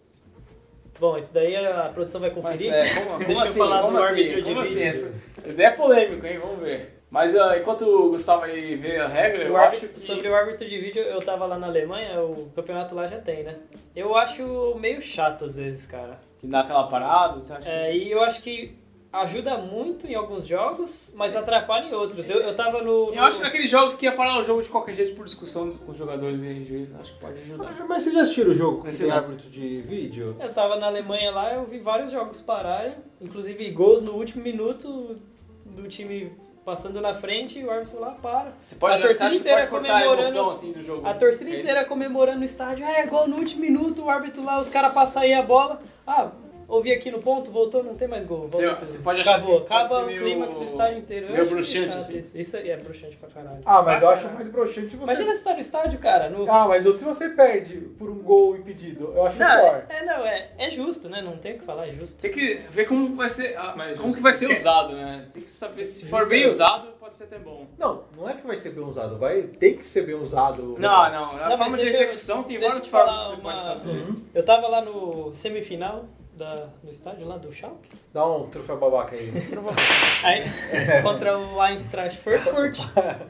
Bom, isso daí a produção vai
Mas
conferir.
é, como,
Deixa
como
eu
assim?
falar
Como
do
assim?
árbitro de
Como assim?
vídeo.
Esse, esse é polêmico, hein? Vamos ver. Mas ah, enquanto o Gustavo aí vê a regra, eu
O árbitro-
acho que...
Sobre o árbitro de vídeo, eu tava lá na Alemanha, o campeonato lá já tem, né? Eu acho meio chato às vezes, cara.
que dá aquela parada, você acha?
É, e eu acho que ajuda muito em alguns jogos, mas atrapalha em outros. Eu, eu tava no.
Eu acho que é- naqueles jogos que ia parar o jogo de qualquer jeito por discussão com os jogadores e juiz, acho que pode ajudar.
Ah, Mas vocês já assistiram o jogo com
Nesse
esse
lance.
árbitro de vídeo?
Eu tava na Alemanha lá, eu vi vários jogos pararem, inclusive gols no último minuto do time passando na frente e o árbitro lá para.
Você pode,
A
você
torcida
acha que
inteira
pode cortar a
comemorando-
emoção assim do jogo.
A torcida
É isso?
inteira comemorando no estádio, é gol no último minuto, o árbitro lá, os caras passam aí a bola. Ah, ouvi aqui no ponto, voltou, não tem mais gol. volta
Você-
tudo.
você pode achar
Acabou,
que pode
acaba
ser
o
meio-
clímax do estádio inteiro. Eu
meio
acho meio
bruxante,
chato
assim.
Isso, isso aí é bruxante pra caralho.
Ah, mas eu
Pra
acho
caralho.
mais broxante você.
Imagina você tá no estádio, cara, no...
Ah, mas se você perde por um gol impedido, eu acho
Não,
pior.
é, é, não, é, é justo, né? Não tem o que falar, é justo.
Tem que ver como vai ser, ah,
Mas
como que vai ser
é.
usado, né? Você tem que saber se for
Justo.
bem usado, pode ser até bom.
Não, não é que vai ser bem usado, vai ter que ser bem usado.
Não, não. A
mas
forma de
deixa eu-
execução tem
deixa eu
várias
te
formas que
falar
você
uma-
pode fazer.
Uhum.
Eu tava lá no semifinal da, do estádio lá do Schalke,
Dá um troféu babaca aí. [laughs]
aí, contra o Eintracht Frankfurt.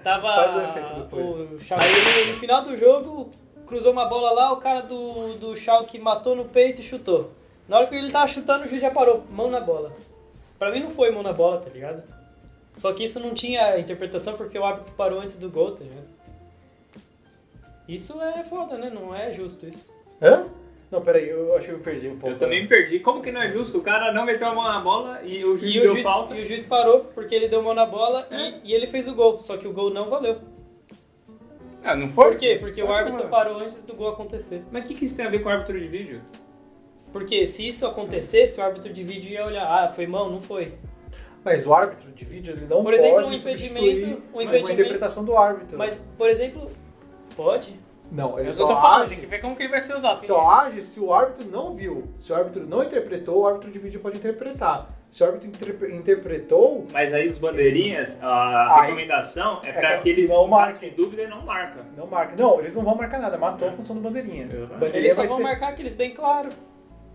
Tava
Faz o efeito depois.
o Schalke. Aí no final do jogo, cruzou uma bola lá, o cara do, do Schalke matou no peito e chutou. Na hora que ele tava chutando, o juiz já parou, mão na bola. Pra mim não foi mão na bola, tá ligado? Só que isso não tinha interpretação porque o árbitro parou antes do gol, tá ligado? Isso é foda, né? Não é justo isso.
[laughs] Hã? Não, peraí, eu acho que eu perdi um pouco.
Eu também me perdi. Como que não é justo? O cara não meteu a mão na bola e o juiz
E o,
deu
juiz,
falta. É.
e o juiz parou porque ele deu mão na bola e, e ele fez o gol. Só que o gol não valeu.
Ah, não foi?
Por quê? Porque o árbitro parou antes do gol acontecer.
Mas o que, que isso tem a ver com árbitro de vídeo?
Porque se isso acontecesse, o árbitro de vídeo ia olhar, ah, foi mão, não foi.
Mas o árbitro de vídeo ele não
Por exemplo,
pode
um impedimento-
substituir
um
uma
impedimento-
interpretação do árbitro.
Mas, por exemplo, pode?
não, ele
Eu
só
só tô falando,
age,
tem É que ver como que ele vai ser usado.
só age se o árbitro não viu. Se o árbitro não interpretou, o árbitro de vídeo pode interpretar. Se o árbitro interpre- interpretou,
Mas aí os bandeirinhas, a
Aí-
recomendação é,
é
pra
que
aqueles
não
que marcam
marquem.
em dúvida e não marca.
não marca. Não, eles não vão marcar nada. Matou a função do bandeirinha. Bandeirinha
Eles só
vai
vão
ser-
marcar aqueles bem claro.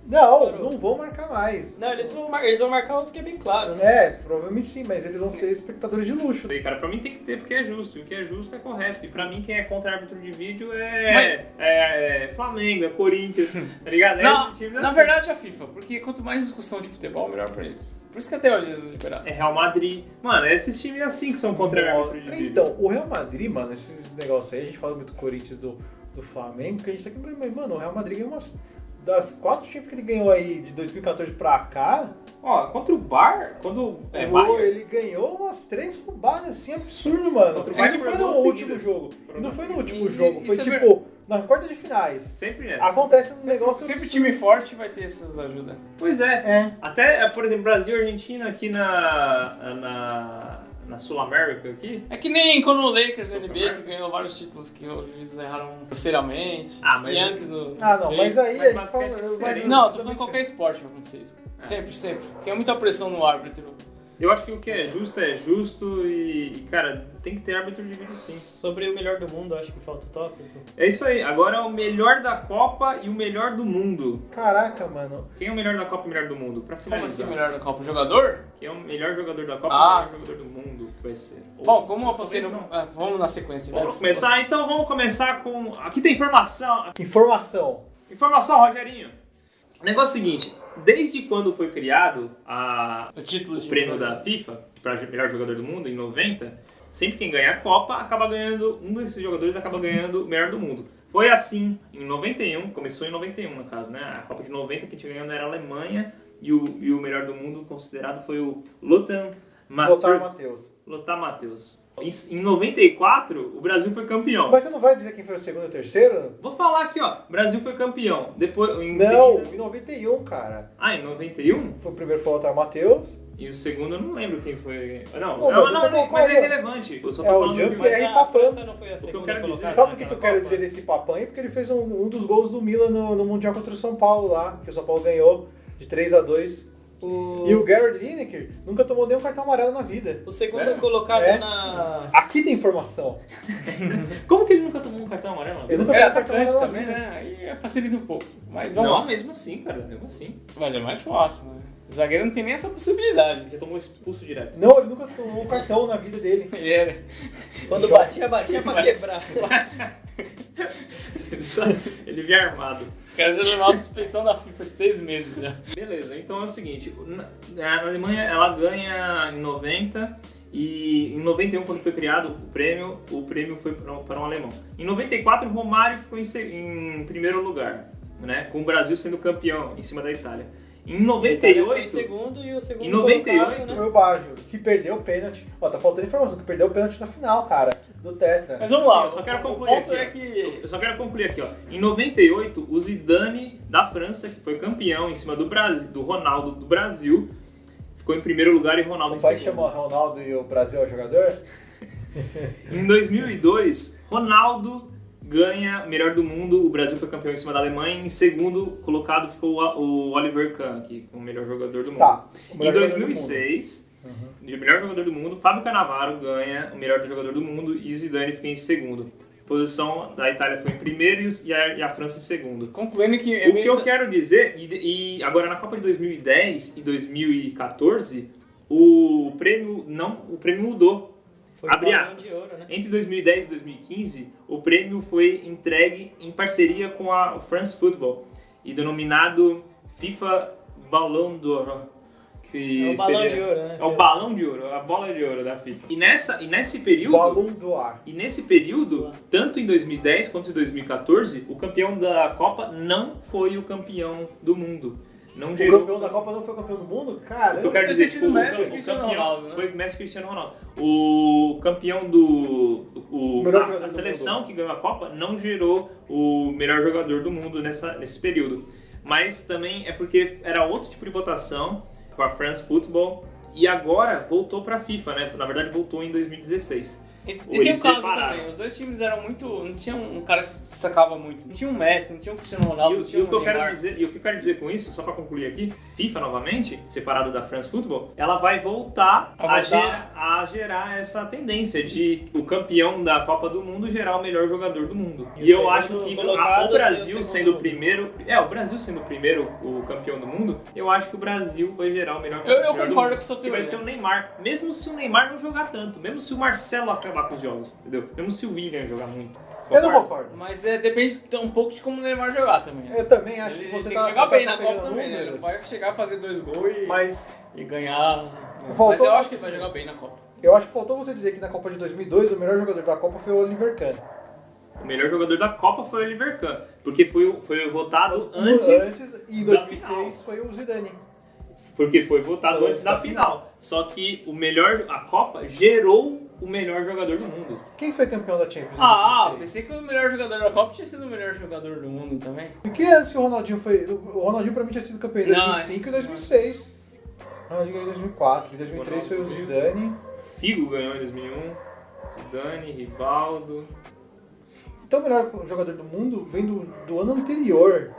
Não,
Parou.
não vão marcar mais.
Não, eles vão, mar- eles vão marcar os que é bem claro, né?
É, provavelmente sim, mas eles vão ser espectadores de luxo.
Daí, cara, pra mim tem que ter porque é justo. E o que é justo é correto. E pra mim, quem é contra árbitro de vídeo é, é- é Flamengo, é Corinthians, tá ligado? É
Não,
esses times
na
assim.
verdade é a FIFA, porque quanto mais discussão de futebol, melhor pra eles. Por isso que até hoje eles não liberaram.
É Real Madrid. Mano, é esses times assim que são contra árbitro de vídeo.
Então, o Real Madrid, mano, esses negócios aí, a gente fala muito do Corinthians, do, do Flamengo, que a gente tá aqui, mas, mano, o Real Madrid ganhou umas. Das quatro times que ele ganhou aí de 2014 pra cá,
Ó, contra o Bar, quando é
pô,
Bayern,
ele ganhou umas três roubadas, assim, absurdo, mano.
Contra o
É que
Bayern
foi
foram
no
duas
último
seguidas.
jogo.
Foram
Não
duas
foi no
seguidas.
último
E-
jogo,
e-
foi
isso é ver-
tipo, nas quartas de finais.
sempre tipo é.
Acontece um negócio.
Sempre
absurdo.
time forte vai ter essas ajudas.
Pois é.
É.
Até, por exemplo, Brasil e Argentina aqui na. na, na Sul-América aqui.
É que nem quando o Lakers na NBA, que ganhou vários títulos que os juízes erraram parceiramente.
Ah, mas-
Yankees no...
Ah, não,
no-
mas aí
Mas
a gente
basquete
fala.
é
mas-
diferente.
Não, tô falando em qualquer esporte vai acontecer isso. Sempre, sempre. Porque é muita pressão no árbitro.
Eu acho que o que é justo é justo e, e, cara, tem que ter árbitro de vídeo sim.
Sobre o melhor do mundo, acho que falta o tópico.
É isso aí. Agora é o melhor da Copa e o melhor do mundo.
Caraca, mano.
Quem é o melhor da Copa e o melhor do mundo? Pra
Como assim,
finalizar.
melhor da Copa? O jogador?
Quem é o melhor jogador da Copa
Ah.
e o melhor jogador do mundo que vai ser?
Bom, como eu apostei no.
Talvez
Ah, vamos na sequência, vai.
Vamos começar então, vamos começar com. Aqui tem informação.
Informação.
Informação, Rogerinho. O negócio é o seguinte: desde quando foi criado a,
O título
o
de
prêmio da FIFA para melhor jogador do mundo em 90, sempre quem ganha a Copa acaba ganhando, um desses jogadores acaba ganhando o melhor do mundo. Foi assim em 91, começou em 91 no caso, né? A Copa de 90 que tinha ganhando era a Alemanha e o, e o melhor do mundo considerado foi o Lothar
Lotar
Matthäus.
Matheus.
Lothar Matthäus. Em, em 94, o Brasil foi campeão.
Mas você não vai dizer quem foi o segundo e o terceiro?
Vou falar aqui, ó. O Brasil foi campeão. Depois, em
Não,
seguida-
em 91, cara.
Ah, em 91?
Foi o primeiro foi o Altar Matheus.
E o segundo eu não lembro quem foi. Não,
Pô,
não,
mas você
não, não,
colocou
mas é
aí, ó.
relevante. Eu só tô
É o
falando
Jump
que-
E aí,
a
Papão?
França não foi a
que eu
segunda
quero
colocada né,
dizer-
Sabe o que, que
naquela
eu quero
Copa?
dizer desse papanha? Porque ele fez um, um dos gols do Milan no, no Mundial contra o São Paulo lá, que o São Paulo ganhou de 3 a 2
O,
E o Garrett Lineker nunca tomou nenhum cartão amarelo na vida.
o segundo colocado
É.
na.
Aqui tem informação.
Como que ele nunca tomou um cartão amarelo?
Ele nunca
É
tomou cartão
atacante
amarelo na
também,
vida.
né? Aí é facilita um pouco. Mas vamos
Não,
lá.
mesmo assim, cara, mesmo assim.
Mas é mais forte, né? O zagueiro não tem nem essa possibilidade.
Já tomou expulso direto. [laughs]
Não, ele nunca tomou um cartão na vida dele.
[laughs] Ele era.
Quando batia, batia pra quebrar.
Ele, só, ele vinha armado.
O cara já levou uma suspensão da FIFA de seis meses já.
Beleza, então é o seguinte: na- a Alemanha ela ganha em 90 e em 91, quando foi criado o prêmio, o prêmio foi para um, para um alemão. Em 94, Romário ficou em, se- em primeiro lugar, né? com o Brasil sendo campeão em cima da Itália. Em
O
98,
segundo e o segundo
Em 98,
colocado, né?
Foi o Bajo, que perdeu o pênalti. Ó, tá faltando informação, que perdeu o pênalti na final, cara, do Tetra.
Mas vamos
Sim,
lá.
eu só quero
o
concluir
ponto
aqui,
é
ó.
que.
eu só quero concluir aqui, ó. Em 98, o Zidane da França, que foi campeão em cima do Brasil, do Ronaldo do Brasil, ficou em primeiro lugar e Ronaldo em
O pai
segundo.
chamou Ronaldo e o Brasil é o jogador?
Em 2002, Ronaldo ganha melhor do mundo. O Brasil foi campeão em cima da Alemanha. Em segundo colocado ficou o o Oliver Kahn, aqui, o melhor jogador do mundo.
Tá. o
Em
melhor jogador do mundo. Uhum.
2006, de melhor jogador do mundo, Fábio Canavaro ganha o melhor jogador do mundo e Zidane fica em segundo. Posição da Itália foi em primeiro e os- e a, e a França em segundo.
Concluindo que. é
O que
meio-
eu quero dizer, e, e agora na Copa de 2010 e 2014, o prêmio não, o prêmio mudou.
Foi o
Abre
Balão
aspas.
de ouro, né?
Entre 2010 e 2015, o prêmio foi entregue em parceria com a France Football e denominado FIFA Balão d'Or. que
É o balão
seria-
de ouro, né?
É o balão de ouro, a bola de ouro da FIFA. E, nessa, e nesse período.
Balão do ar.
E nesse período, tanto em 2010 quanto em 2014, o campeão da Copa não foi o campeão do mundo. Não
O
gerou.
campeão da Copa não foi campeão do mundo?
O que eu
Cara,
quero
Deve
dizer
ter sido
o
Messi
campeão-
e Cristiano
campeão-
Ronaldo, né?
Foi Messi e Cristiano Ronaldo. O campeão do. O,
Melhor
a-
jogador
a
do
seleção
mundo.
que ganhou a Copa não gerou o melhor jogador do mundo nessa, nesse período. Mas também é porque era outro tipo de votação com a France Football. E agora voltou pra FIFA, né? Na verdade, voltou em 2016.
E, e
Ou
tem
eles
o caso
separaram.
também, os dois times eram muito. Não tinha um cara que se sacava muito. Não tinha um Messi, não tinha um Cristiano Ronaldo,
E
não
o- E,
tinha
o que eu
um
quero
Neymar.
dizer, e o que eu quero dizer com isso, só pra concluir aqui, FIFA novamente, separado da France Football, ela vai voltar
A
a,
voltar.
gera- a gerar essa tendência de o campeão da Copa do Mundo gerar o melhor jogador do mundo. E,
E o
eu acho
segundo
que a-
colocado
o
seria
Brasil
o segundo
sendo o
do
primeiro, é, o Brasil sendo o primeiro o campeão do mundo, eu acho que o Brasil vai gerar o melhor
Eu- eu
melhor do
concordo
mundo.
com sua teoria.
E vai ser o Neymar, mesmo se o Neymar não jogar tanto, mesmo se o Marcelo acabar com os jogos, entendeu? Mesmo se o William jogar muito.
eu não concordo.
Mas é, depende de- um pouco de como o Neymar jogar também.
Eu também acho
Ele
que você
tem
tá,
que jogar
tá
bem
só
na Copa
pegando
também, né? Ele não
números,
vai chegar a fazer dois gols e,
Mas
e ganhar.
Faltou-
Mas eu acho que ele vai jogar bem na Copa.
eu acho que faltou você dizer que na Copa de 2002 o melhor jogador da Copa foi o Oliver Kahn.
O melhor jogador da Copa foi o Oliver Kahn, porque foi, o- foi votado antes,
e em
da
2006 foi o Zidane.
porque foi votado
Antes
antes, da,
da
final. Só que o melhor a Copa gerou o melhor jogador do mundo.
Quem foi campeão da Champions? em
Ah,
2006?
pensei que o melhor jogador da Copa tinha sido o melhor jogador do mundo também.
E que anos que o Ronaldinho foi. O Ronaldinho pra mim tinha sido campeão em
é.
Não,
2005 e 2006. O Ronaldinho ganhou em 2004. Em 2003 foi o
Ronaldinho.
Zidane.
Figo ganhou em 2001, Zidane, Rivaldo.
Então o melhor jogador do mundo vem do, do ano anterior.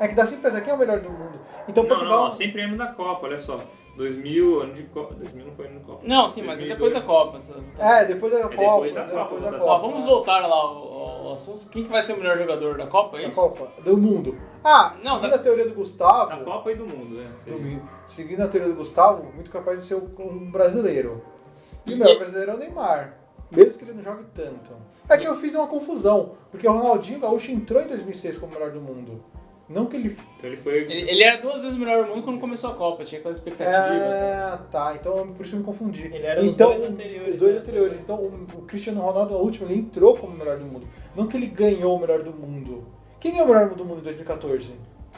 É que dá sempre pra quem é o melhor do mundo. Então
Não, não,
Portugal.
não, sempre prêmio da Copa, olha só. 2000, ano de Copa, 2000 não foi ano de Copa.
Não, sim, mas é depois da Copa. essa votação.
é, depois da Copa.
depois da
né,
Copa,
depois da
votação.
Ó,
Copa.
vamos voltar lá ao, ao assunto. Quem que vai ser o melhor jogador da Copa, é
Da
isso?
Copa. Do mundo. Ah,
Não,
seguindo
da-
a teoria do Gustavo.
Da Copa e do mundo, né?
do mundo, seguindo a teoria do Gustavo, muito capaz de ser um brasileiro. E o melhor brasileiro é o Neymar. Mesmo que ele não jogue tanto. É que eu fiz uma confusão, porque o Ronaldinho Gaúcho entrou em 2006 como o melhor do mundo. Não que ele.
Então ele foi
Ele, ele era duas vezes o melhor do mundo quando começou a Copa, tinha aquela expectativa. tá?
É, tá, então por isso eu me confundi.
Ele era os
então,
dois anteriores,
os dois
né?
anteriores. Então o o Cristiano Ronaldo, na última, ele entrou como o melhor do mundo. Não que ele ganhou o melhor do mundo. Quem é o melhor do mundo em 2014?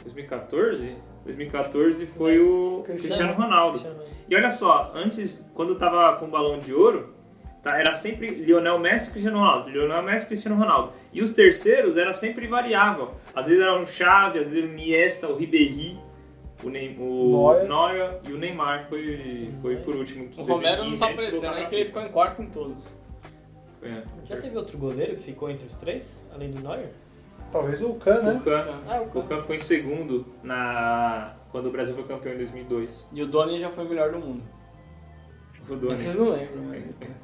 2014? 2014 foi o
Cristiano-
Cristiano Ronaldo. E olha só, antes, quando eu tava com o balão de ouro, tá, era sempre Lionel Messi e Cristiano Ronaldo, Lionel Messi e Cristiano Ronaldo. E os terceiros era sempre variável. Às vezes era o Xavi, às vezes era o Niesta, o Ribéry, o, Ney, o
Neuer.
Neuer e o Neymar foi, foi por último. que
O Romero não
2015,
tá
antes do
aparecendo, é que
Ronaldo.
ele ficou em quarto em todos.
É.
Já teve outro goleiro que ficou entre os três, além do Neuer?
Talvez o Kahn, né?
O Kahn,
Ah, o
o
Cuca.
Kahn ficou em segundo na, quando o Brasil foi campeão em 2002.
E o Doni já foi o melhor do mundo.
O Doni.
Vocês não lembram, né? mas.
né?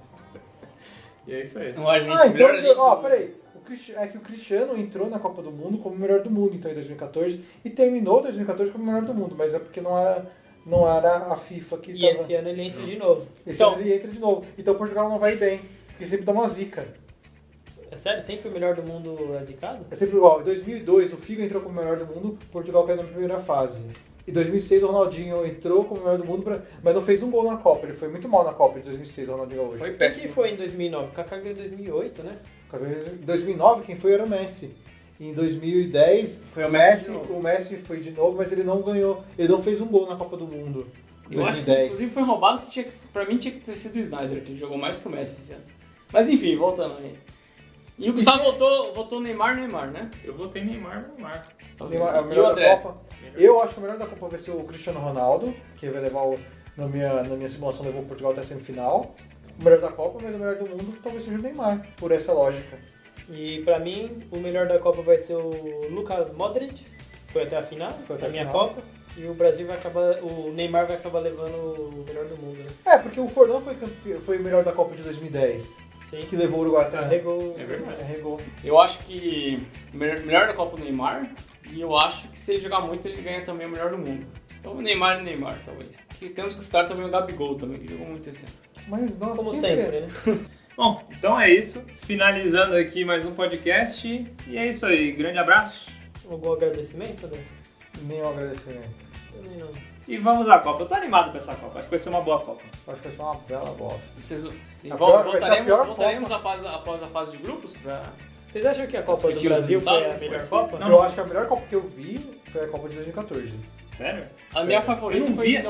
E é isso aí.
Não, a gente,
Ah, então,
melhor a gente
ó,
não-
peraí. O Cristi- é que o Cristiano entrou na Copa do Mundo como o melhor do mundo, então, em 2014, e terminou 2014 como o melhor do mundo, mas é porque não era, não era a FIFA que
E
tava...
esse ano ele entra de novo.
Esse ano ele entra de novo. Então Portugal não vai bem, porque sempre dá uma zica.
É sério, sempre o melhor do mundo é zicado?
É sempre igual. Em 2002, o Figo entrou como o melhor do mundo, Portugal caiu na primeira fase. Em 2006, o Ronaldinho entrou como o melhor do mundo, pra- mas não fez um gol na Copa. Ele foi muito mal na Copa de 2006, o Ronaldinho Gaúcho.
Foi
O que
péssimo.
foi em 2009? O Kaká ganhou em 2008, né?
Em 2009, quem foi era o Messi. E em 2010,
Foi o
o
Messi
Messi,
de novo.
o Messi foi de novo, mas ele não ganhou. Ele não fez um gol na Copa do Mundo. Em
Eu acho que
2010.
inclusive foi roubado que tinha que. Pra mim tinha que ter sido o Snyder, que jogou mais que o Messi já. Mas enfim, voltando aí. E o Gustavo votou, votou Neymar, Neymar, né?
Eu votei em Neymar, Neymar.
Neymar é o
e o
melhor da
André?
Copa. Eu acho que o melhor da Copa vai ser o Cristiano Ronaldo, que vai levar o, na, minha, na minha simulação levou o Portugal até a semifinal. O melhor da Copa, mas o melhor do mundo talvez seja o Neymar, por essa lógica.
E pra mim, o melhor da Copa vai ser o Lucas Modric, foi até a final,
Foi até
da
a
minha
final.
Copa. E o Brasil vai acabar, o Neymar vai acabar levando o melhor do mundo, né?
É, porque o Forlán foi, campe- foi o melhor da Copa de 2010,
Sim.
que levou o Uruguai até.
Carregou.
É verdade.
Carregou.
Eu acho que o melhor, melhor da Copa é o Neymar. E eu acho que se ele jogar muito, ele ganha também o melhor do mundo. Então o Neymar e o Neymar, talvez. E temos que citar também o Gabigol também, que jogou muito esse ano.
Mas nossa,
Como
quem
sempre,
seria?
né?
Bom, então é isso. Finalizando aqui mais um podcast. E é isso aí. Grande abraço.
Algum agradecimento? Né?
Nenhum um agradecimento.
Também não.
E vamos à Copa. Eu tô animado pra essa Copa. Acho que vai ser uma boa Copa.
Acho que vai ser uma bela bosta.
Vocês,
pior-
vol-
vai ser a
voltaremos
pior
voltaremos após, a- após a fase de grupos pra.
Vocês acham que a Copa do
Discutir os
Brasil foi a
resultados,
melhor
pode ser.
Copa?
Não.
Eu acho que a melhor Copa que eu vi foi a Copa de 2014.
Sério?
A minha favorita
eu não
foi
vi
em
essa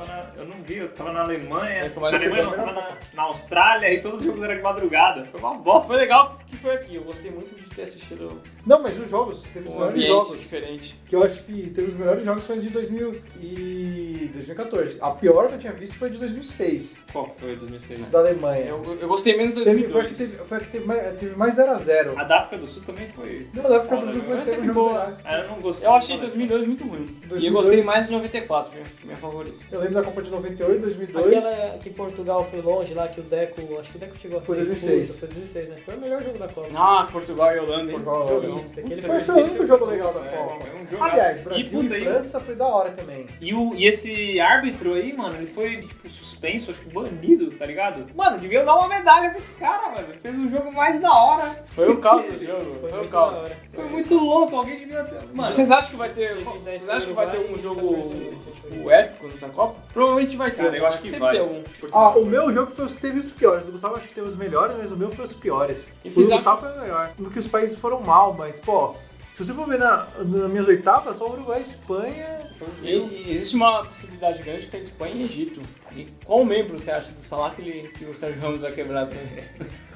porra, eu tava na- eu não vi, eu tava na Alemanha,
Aí foi
na
mais
Alemanha não,
depois
eu
da
tava na, na Austrália e todos os jogos eram de madrugada. Foi uma bosta.
Bom, foi legal que foi aqui. Eu gostei muito de ter assistido
Não, mas os jogos, teve os
um
melhores
ambiente
jogos.
diferente.
Que eu acho que teve os melhores jogos foi de 2000 e 2014. A pior que eu tinha visto foi de 2006,
Qual que foi 2006?
da Alemanha.
É, Eu, eu gostei menos de
Teve, foi a que
2002.
teve, foi a que teve mais, teve mais 0x0.
A da África do Sul também foi.
Não, da África do
Foda,
Sul
meu.
foi teve
Teve
jogos
boa.
legais.
Ah, eu não gostei.
Eu achei 2002 muito ruim. E eu
2002.
gostei mais de 94, minha, minha favorita.
Eu lembro da Copa de 98, 2002.
Aquela que Portugal foi longe lá, que o Deco, acho que o Deco chegou a
Foi
ser
2006.
expulso, foi 2006, né? Foi o melhor jogo da Copa.
Ah, Portugal e Holanda, hein?
Portugal e Holanda.
Isso, aquele
Foi, foi o único jogo legal da Copa.
É um jogo.
Aliás,
E
Brasil
puta,
e
e-
França foi da hora também.
E, o, e esse árbitro aí, mano, ele foi, tipo, suspenso, acho que banido, tá ligado? Mano, deviam dar uma medalha pra esse cara, mano. Ele Fez o jogo mais da hora. né?
Foi o caos do jogo.
Foi
Foi,
muito
o caos.
da hora.
Foi muito louco, alguém devia ter... Mano,
Vocês acham que vai ter, vocês
2010
acham que vai ter um
Uruguai,
jogo
2014,
tipo, épico nessa Copa? Provavelmente vai ter.
Cara, eu
né?
acho que
Sempre
vai.
tem um.
Ah, o meu jogo foi os que teve os piores. O Gustavo acho que teve os melhores, mas o meu foi os piores.
E
o
vocês
do Gustavo foi o melhor. Do que os países foram mal, mas, pô, se você for ver na, nas minhas oitavas, só Uruguai e Espanha.
E, e existe uma possibilidade grande que é Espanha e Egito. E qual membro você acha do Salah que, ele, que o Sérgio Ramos vai quebrar? [laughs] dessa-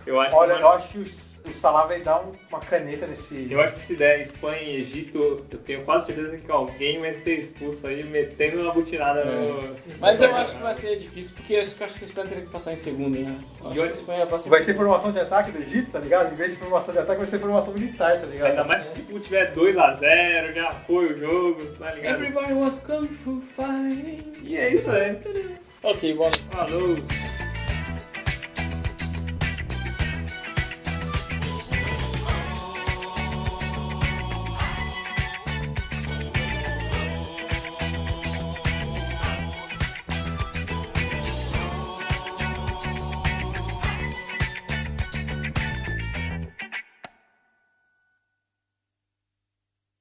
eu acho
Olha,
que...
eu acho que o, S- o Salah vai dar um- uma caneta nesse.
Eu acho que se der Espanha e Egito, eu tenho quase certeza que alguém vai ser expulso aí, metendo uma butinada no...
Mas eu acho que vai ser difícil, porque eu acho que a Espanha teria que passar em segundo, né? Eu acho que a Espanha passa em
Vai ser formação de ataque do Egito, tá ligado? Em vez de formação de ataque, vai ser formação militar, tá ligado?
Ainda mais se tipo, tiver 2x0, já foi o jogo, tá ligado?
Everybody was kung fu fighting.
E é isso aí.
Ok, bola.
Falou!